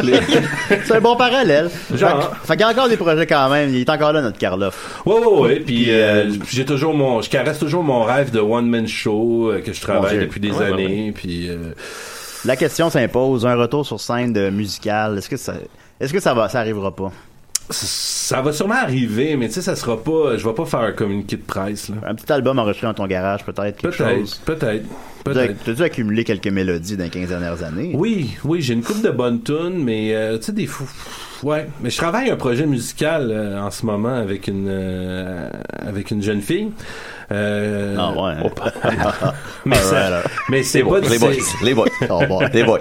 c'est un bon parallèle.
Genre. hein?
Fait, que- fait qu'il y a encore des projets quand même. Il est encore là, notre Karloff.
Ouais, ouais, ouais. Puis euh, j'ai toujours mon, je caresse toujours mon rêve de one man show euh, que je travaille
Mon Dieu.
depuis des
Ouais, ouais,
années.
ouais.
Puis euh,
La question s'impose. Un retour sur scène de musical. Est-ce que ça, est-ce que ça va, ça arrivera pas?
ça va sûrement arriver, mais tu sais, ça sera pas, je vais pas faire un communiqué de presse là.
Un petit album enregistré dans ton garage, peut-être, quelque chose.
Peut-être, peut-être,
T'as
peut-être.
t'as dû accumuler quelques mélodies dans les 15 dernières années.
Oui, oui, j'ai une coupe de bonnes tunes, mais euh, tu sais des fous. Ouais, mais je travaille un projet musical euh, en ce moment avec une euh, avec une jeune fille. Euh,
Ah ouais.
mais ça-
Alright, alors.
mais c'est
Les
pas
boys,
du-
les boys,
c'est-
les boys. Oh, boy. Les boys.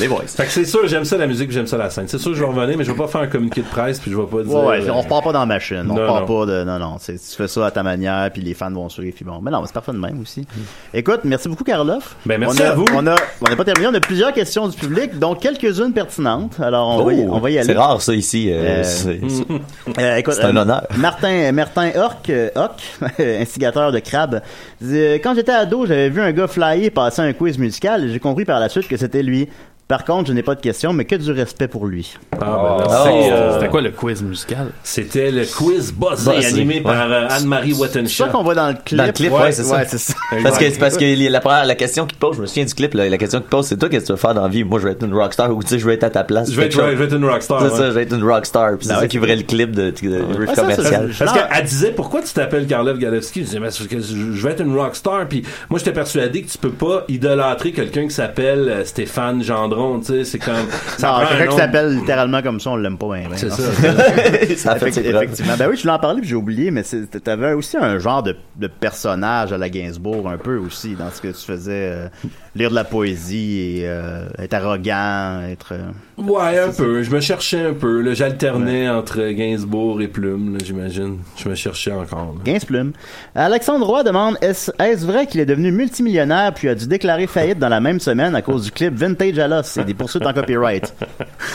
Les boys.
Fait que c'est sûr, j'aime ça la musique, puis j'aime ça la scène. C'est sûr, je vais revenir, mais je vais pas faire un communiqué de presse, puis je vais pas dire.
Ouais, ouais,
euh,
on repart pas dans la machine.
Non,
On repart
non.
pas de. Non, non. c'est- Tu fais ça à ta manière, puis les fans vont suivre, puis bon. Mais non, c'est parfait de même aussi. Écoute, merci beaucoup, Karloff.
Ben, merci
on a,
à vous.
On a- on n'a pas terminé. On a plusieurs questions du public, dont quelques-unes pertinentes. Alors, on, va, y,
Oh,
on va y aller.
C'est rare, ça, ici. euh,
Euh,
c'est- c'est-
Euh, écoute,
C'est un
euh,
honneur.
Martin, Martin Orc, euh, Orc, instigateur de crabe, dit, euh, Quand j'étais ado, j'avais vu un gars flyer passer un quiz musical et j'ai compris par la suite que c'était lui. Par contre, je n'ai pas de question, mais que du respect pour lui.
Ah, ben,
Oh.
merci, euh,
C'était quoi le quiz musical?
C'était le quiz Buzzé,
Buzzé,
animé
ouais.
par euh, Anne-Marie
C'est ça
Wattenshaw.
qu'on voit dans le clip.
Dans le clip, ouais, c'est ça.
ouais, c'est ça.
Parce que, parce que les- la, première- la question qu'il te pose, je me souviens du clip, là, la question qu'il te pose, c'est toi, qu'est-ce que tu veux faire dans la vie? Moi, je vais être une rockstar ou tu sais, je vais être à ta place.
Je vais
quelque
être-
chose.
je vais être une rockstar,
C'est
ouais.
ça, je vais être une rockstar. Puis c'est
Ah
ça
ouais.
qui ouvrait le clip de, de- de riff commercial.
Parce qu'elle disait pourquoi tu t'appelles Karlev Galevski. Je disais mais c'est parce que je je vais être une rockstar. Puis moi j'étais persuadé que tu peux pas idolâtrer quelqu'un qui s'appelle euh, Stéphane Gendron. Tu sais c'est comme
Non,
prend un
quelqu'un qui
nom-
s'appelle littéralement comme ça, on l'aime pas bien. bien,
C'est
non?
ça.
Ça a fait ses
Effect-
preuves.
effectivement. Ben oui, je voulais en parler puis j'ai oublié, mais c'est- t'avais aussi un genre de, de personnage à la Gainsbourg un peu aussi dans ce que tu faisais euh, lire de la poésie et euh, être arrogant, être. euh,
Ouais un peu. Je me cherchais un peu. là. J'alternais entre Gainsbourg et Plume. là, J'imagine. Je me cherchais encore. là.
Gainsblume. Alexandre Roy demande est-ce est-ce vrai qu'il est devenu multimillionnaire puis a dû déclarer faillite dans la même semaine à cause du clip Vintage à l'os et des poursuites en copyright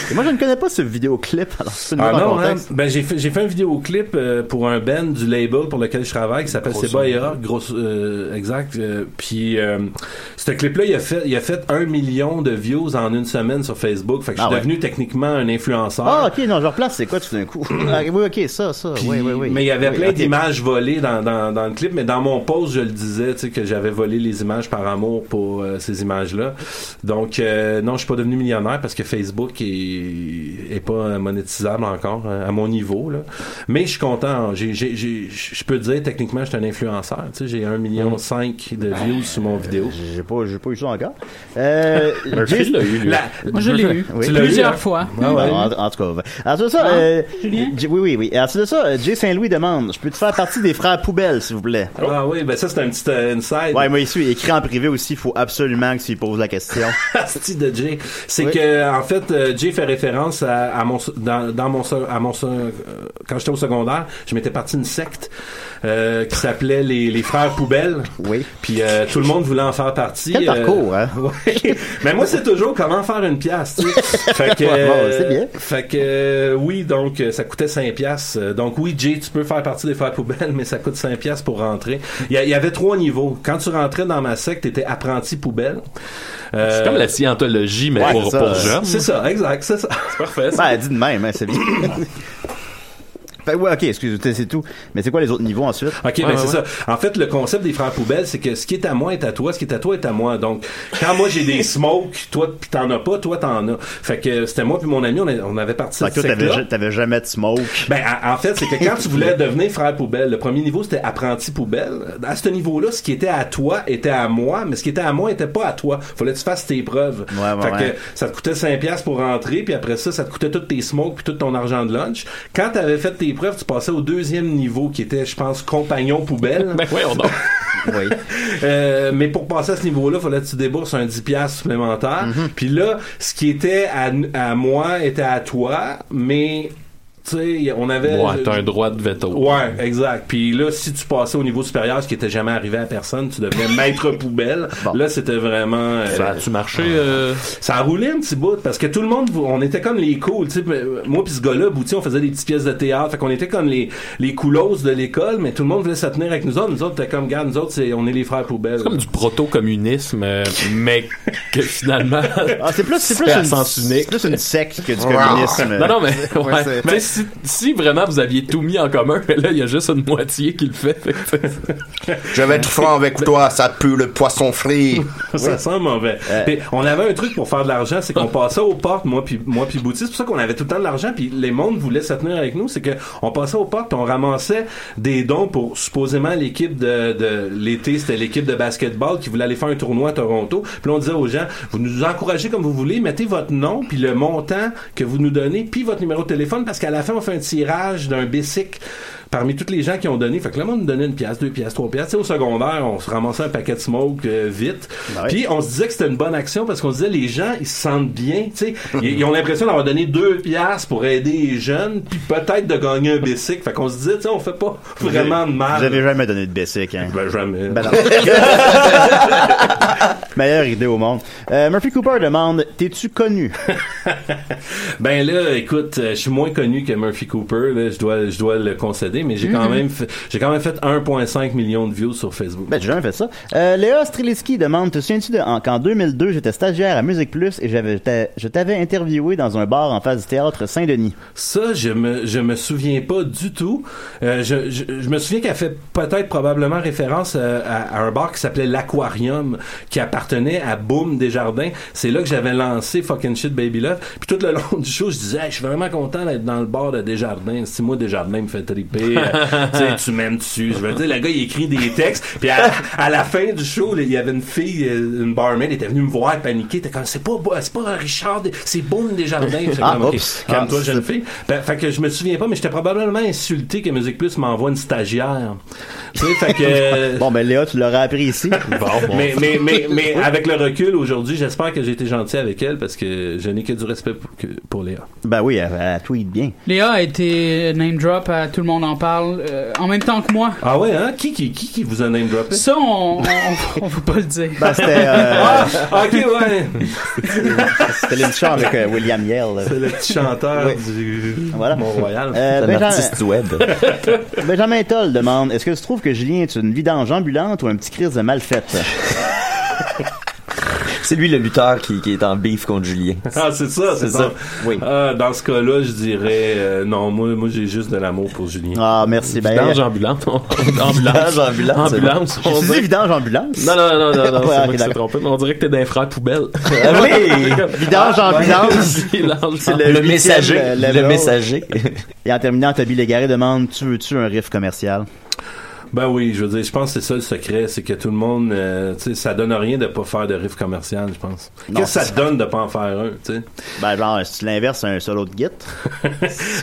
Et moi, je ne connais pas ce vidéoclip, alors c'est
Ah non, hein?
contexte.
ben, j'ai fait, j'ai fait un vidéoclip euh, pour un band du label pour lequel je travaille qui s'appelle
Gros
Seba
son.
et Rock, gros, euh, exact. euh, Puis euh, ce clip-là, il a fait, il a fait un million de views en une semaine sur Facebook. Fait que je
Ah
suis
ouais.
devenu techniquement un influenceur.
Ah, ok, non, je replace, c'est quoi tout d'un coup Ah, Oui, ok, ça, ça,
Puis-
oui, oui, oui.
Mais il y avait
Oui,
plein
ok.
d'images volées dans, dans, dans le clip, mais dans mon post, je le disais, tu sais, que j'avais volé les images par amour pour euh, ces images-là. Donc, euh, non, je suis pas devenu millionnaire parce que Facebook est, est pas euh, monétisable encore euh, à mon niveau, là. Mais je suis content. J'ai- j'ai- j'ai- Je peux dire, techniquement, je suis un influenceur. Tu sais, j'ai 1,5 million de views sur mon vidéo.
J'ai pas, j'ai pas eu eu ça encore. Euh,
Murphy
j'ai-
l'a eu, lui.
hein?
Moi, je l'ai eu. Tu l'as eu, Plusieurs hein? fois.
Ah ouais. en, en tout cas. Ensuite de ça,
Ah,
euh,
Julien?
J- oui, oui, oui. Ensuite de ça, euh, Jay Saint-Louis demande Je peux-tu faire partie des frères poubelles, s'il vous plaît
Ah oui, ben ça, c'est un petit euh, inside.
Ouais, moi, ici, écrit en privé aussi, il faut absolument que tu lui poses la question.
Asti de Jay. C'est que, en fait, euh, Jay fait référence à, à mon, dans, dans mon, se- à mon, se- euh, quand j'étais au secondaire, je m'étais parti d'une secte, euh, qui s'appelait les, les Frères Poubelles.
Oui.
Puis, euh, tout le monde voulait en faire partie.
Quel
euh,
parcours, hein?
ouais. Mais moi, c'est toujours comment faire une pièce, tu sais. Fait que,
Ouais, bon, c'est bien.
Fait que, euh, oui, donc, euh, ça coûtait 5 piastres. Euh, Donc, oui, Jay, tu peux faire partie des frères poubelles, mais ça coûte 5 piastres pour rentrer. Il y, a- il y avait trois niveaux. Quand tu rentrais dans ma secte, t'étais apprenti poubelle. Euh,
C'est comme la scientologie, mais
ouais,
pour,
c'est ça.
pour jeunes.
C'est ça, exact, c'est ça. C'est
parfait.
euh, Ben, elle dit de même, hein, c'est bien. Fait que ouais, ok, excusez-moi, c'est tout. Mais c'est quoi les autres niveaux ensuite?
Ok, ben c'est ça. En fait, le concept des frères poubelles, c'est que ce qui est à moi est à toi, ce qui est à toi est à moi. Donc, quand moi j'ai des smokes, toi pis t'en as pas, toi t'en as. Fait que c'était moi puis mon ami, on, a- on avait parti
Fait que toi, t'avais ja-
jamais de smoke. Ben en- en fait, c'est que quand tu voulais devenir frère poubelle, le premier niveau c'était apprenti poubelle. À ce niveau-là, ce qui était à toi était à moi, mais ce qui était à moi était pas à toi. Fallait que tu fasses tes preuves.
ouais,
fait
ouais.
que ça te coûtait 5 pièces pour rentrer puis après ça ça te coûtait toutes tes smokes puis tout ton argent de lunch quand tu avais fait tes preuves tu passais au deuxième niveau qui était je pense compagnon poubelle ben
oui on
oui.
Euh, mais pour passer à ce niveau-là, fallait que tu débourses un 10 pièces supplémentaire.
Mhm.
Puis là, ce qui était à, à moi était à toi, mais tu sais, on avait
Ouais, t'as un droit de veto.
Ouais, exact. Puis là, si tu passais au niveau supérieur, ce qui était jamais arrivé à personne, tu devenais maître poubelle. Là, c'était vraiment. euh,
Ça
tu marché Ça a roulé un petit bout parce que tout le monde, on était comme les cools. tu sais, euh, Moi puis ce gars-là, Bouti, on faisait des petites pièces de théâtre. Fait qu'on était comme les les coolos de l'école, mais tout le monde voulait se tenir avec nous autres. Nous autres, t'es comme, garde, nous autres, c'est- on est les frères poubelles.
C'est comme du proto-communisme, euh, mais que finalement.
Ah, c'est plus- c'est plus
à
une-
sens unique.
c'est plus une secte que du communisme.
Non, non, mais.
Ouais,
ouais.
c'est-
Mais si, si vraiment vous aviez tout mis en commun, mais là, il y a juste une moitié qui le fait. fait que c'est-
Je vais être franc avec toi, ça pue le poisson frit.
ça sent mauvais. Puis on avait un truc pour faire de l'argent, c'est qu'on passait aux portes, moi puis moi puis Bouti. C'est pour ça qu'on avait tout le temps de l'argent, puis les mondes voulaient se tenir avec nous. C'est que on passait aux portes, puis on ramassait des dons pour supposément l'équipe de, de l'été, c'était l'équipe de basketball qui voulait aller faire un tournoi à Toronto. Puis là, on disait aux gens, vous nous encouragez comme vous voulez, mettez votre nom, puis le montant que vous nous donnez, puis votre numéro de téléphone, parce qu'à la fin, on fait un tirage d'un bicycle parmi toutes les gens qui ont donné. Fait que le monde nous donnait une pièce, deux pièces, trois pièces. Tu sais, au secondaire, on se ramassait un paquet de smoke euh, vite.
Ben
Puis on se disait que c'était une bonne action parce qu'on se disait les gens, ils se sentent bien. Tu sais, ils, ils ont l'impression d'avoir donné deux pièces pour aider les jeunes, puis peut-être de gagner un bicycle. Fait qu'on se disait, tu sais, on fait pas vraiment de mal.
Vous avez jamais donné de basic, hein?
Ben, jamais.
Ben, non. Meilleure idée au monde. Euh, Murphy Cooper demande T'es-tu connu?
Ben là, écoute, euh, je suis moins connu que Murphy Cooper, là, je dois, je dois le concéder, mais j'ai quand
Mhm.
même, fait- j'ai quand même fait 1,5 million de views sur Facebook.
Ben, j'ai jamais fait ça. Euh, Léa Streliski demande Te souviens-tu de- en- qu'en 2002, j'étais stagiaire à Musique Plus et j'avais, t'a- je t'avais interviewé dans un bar en face du théâtre Saint-Denis?
Ça, je me, je me souviens pas du tout. Euh, je, je, je me souviens qu'elle fait peut-être probablement référence euh, à, à un bar qui s'appelait l'Aquarium, qui appartenait à Boom Desjardins. C'est là que j'avais lancé Fucking Shit Baby Love. Puis tout le long du show, je disais, Hey, je suis vraiment content d'être dans le bar de Desjardins. Si moi, Desjardins me fait triper, euh, tu sais, tu m'aimes dessus. Je veux dire, le gars, il écrit des textes. Puis à, à la fin du show, là, il y avait une fille, euh, une barmaid, elle était venue me voir paniquer. Elle était comme, c'est pas, c'est pas Richard, c'est Boom Desjardins. J'étais
Ah,
comme, OK,
oups.
calme-toi,
Ah,
jeune fille. Ben, fait que je me souviens pas, mais j'étais probablement insulté que Musique Plus m'envoie une stagiaire. Tu sais, fait que. euh,
bon, ben Léa, tu l'auras appris ici.
Mais, mais, mais, mais ben, avec le recul aujourd'hui, j'espère que j'ai été gentil avec elle parce que je n'ai que du respect pour, que- pour Léa.
Ben oui, elle, elle tweet bien.
Léa a été name drop à Tout le monde en parle euh, en même temps que moi.
Ah ouais, hein? Qui, qui, qui, qui vous a name droppé?
Ça, on, on, on veut pas le dire.
Ben, c'était, euh,
Ah, ok, ouais.
C'était le petit chant avec euh, William Yale.
C'est le petit chanteur du Mont-Royal. C'est un artiste
web. Benjamin Toll demande Est-ce que tu trouves que Julien est une vidange ambulante ou un petit crise de mal faite
C'est lui le lutteur qui, qui est en beef contre Julien.
Ah, c'est ça, c'est ça.
Oui.
Ah, dans ce cas-là, je dirais euh, non, moi, moi j'ai juste de l'amour pour Julien.
Ah, merci, ben.
Vidange ambulante. ambulance.
Vidange ambulante. c'est
Ambulance,
bon.
on
J'ai dit
dit.
vidange ambulance.
Non, non, non, non, non, c'est
Ouais, ok,
moi qui s'est
d'accord.
trompé, mais on dirait que t'es d'un frère poubelle.
Ah oui, vidange Ah,
Ah, ouais.
ambulance.
Vidange
C'est
ambulance.
huitième, euh, level. Et en terminant, Toby Légaré demande Tu veux-tu un riff commercial
Ben oui, je veux dire, je pense que c'est ça le secret, c'est que tout le monde, euh, tu sais, ça donne rien de pas faire de riff commercial, je pense.
Non,
Qu'est-ce que ça
c'est-
te donne de pas en faire un, tu sais?
Ben, genre, si l'inverse, c'est un solo de git.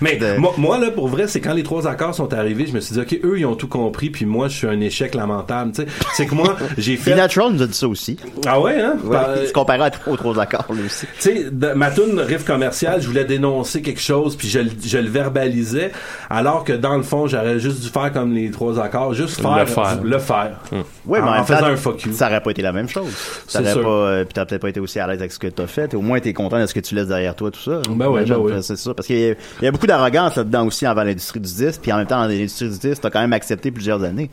Mais moi, moi, là, pour vrai, c'est quand les trois accords sont arrivés, je me suis dit, OK, eux, ils ont tout compris, puis moi, je suis un échec lamentable, tu sais. C'est que moi, j'ai fait.
The Natural nous a dit ça aussi.
Ah ouais, hein?
Ouais,
Par-
il se comparait à t- aux trois accords, lui aussi.
Tu sais, de- ma tune riff commercial, je voulais dénoncer quelque chose, puis je, le- je le verbalisais, alors que dans le fond, j'aurais juste dû faire comme les trois accords, juste faire
Le faire. Hum.
le faire.
Oui, mais
en,
en,
en
même temps,
faisant un fuck you.
Ça aurait pas été la même chose.
C'est
Ça aurait
sûr.
pas, euh, puis t'as peut-être pas été aussi à l'aise avec ce que t'as fait. Au moins, t'es content de ce que tu laisses derrière toi, tout ça.
Ben ouais,
Imagine,
ben ouais.
euh, C'est ça. Parce qu'il y, a- il y a beaucoup d'arrogance là-dedans aussi envers l'industrie du disque. Puis en même temps, dans l'industrie du disque, t'as quand même accepté plusieurs années.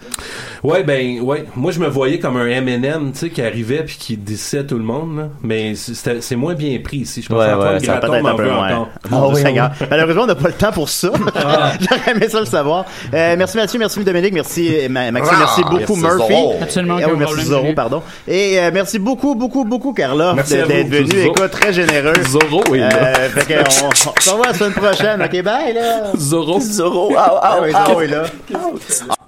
Ouais, ben, ouais. Moi, je me voyais comme un M&M, tu sais, qui arrivait puis qui dissait tout le monde, là. Mais c'était- c'est moins bien pris ici. Je pense
Ouais,
que Antoine
ouais, ça a
Gratton
peut-être
m'en
un peu
veut
moins.
encore.
Mon Dieu Seigneur. Malheureusement, on n'a pas le temps pour ça.
Ah.
J'aurais aimé ça le savoir. Euh, merci Mathieu, merci Dominique, merci euh, Ma- Maxime,
Ah,
merci beaucoup
merci
Murphy.
Zorro.
Absolument
Eh
aucun
oui, merci
problème,
Zorro,
Julien.
pardon. Et euh, merci beaucoup, beaucoup, beaucoup Carla
Merci à
de-
vous.
d'être venu.
Zorro.
Écoute, très généreux. Zorro,
est là.
fait que on, on se revoit la semaine prochaine. Ok, bye là.
Zorro.
Zorro. Ah, ah, ah, oui, Zorro est là.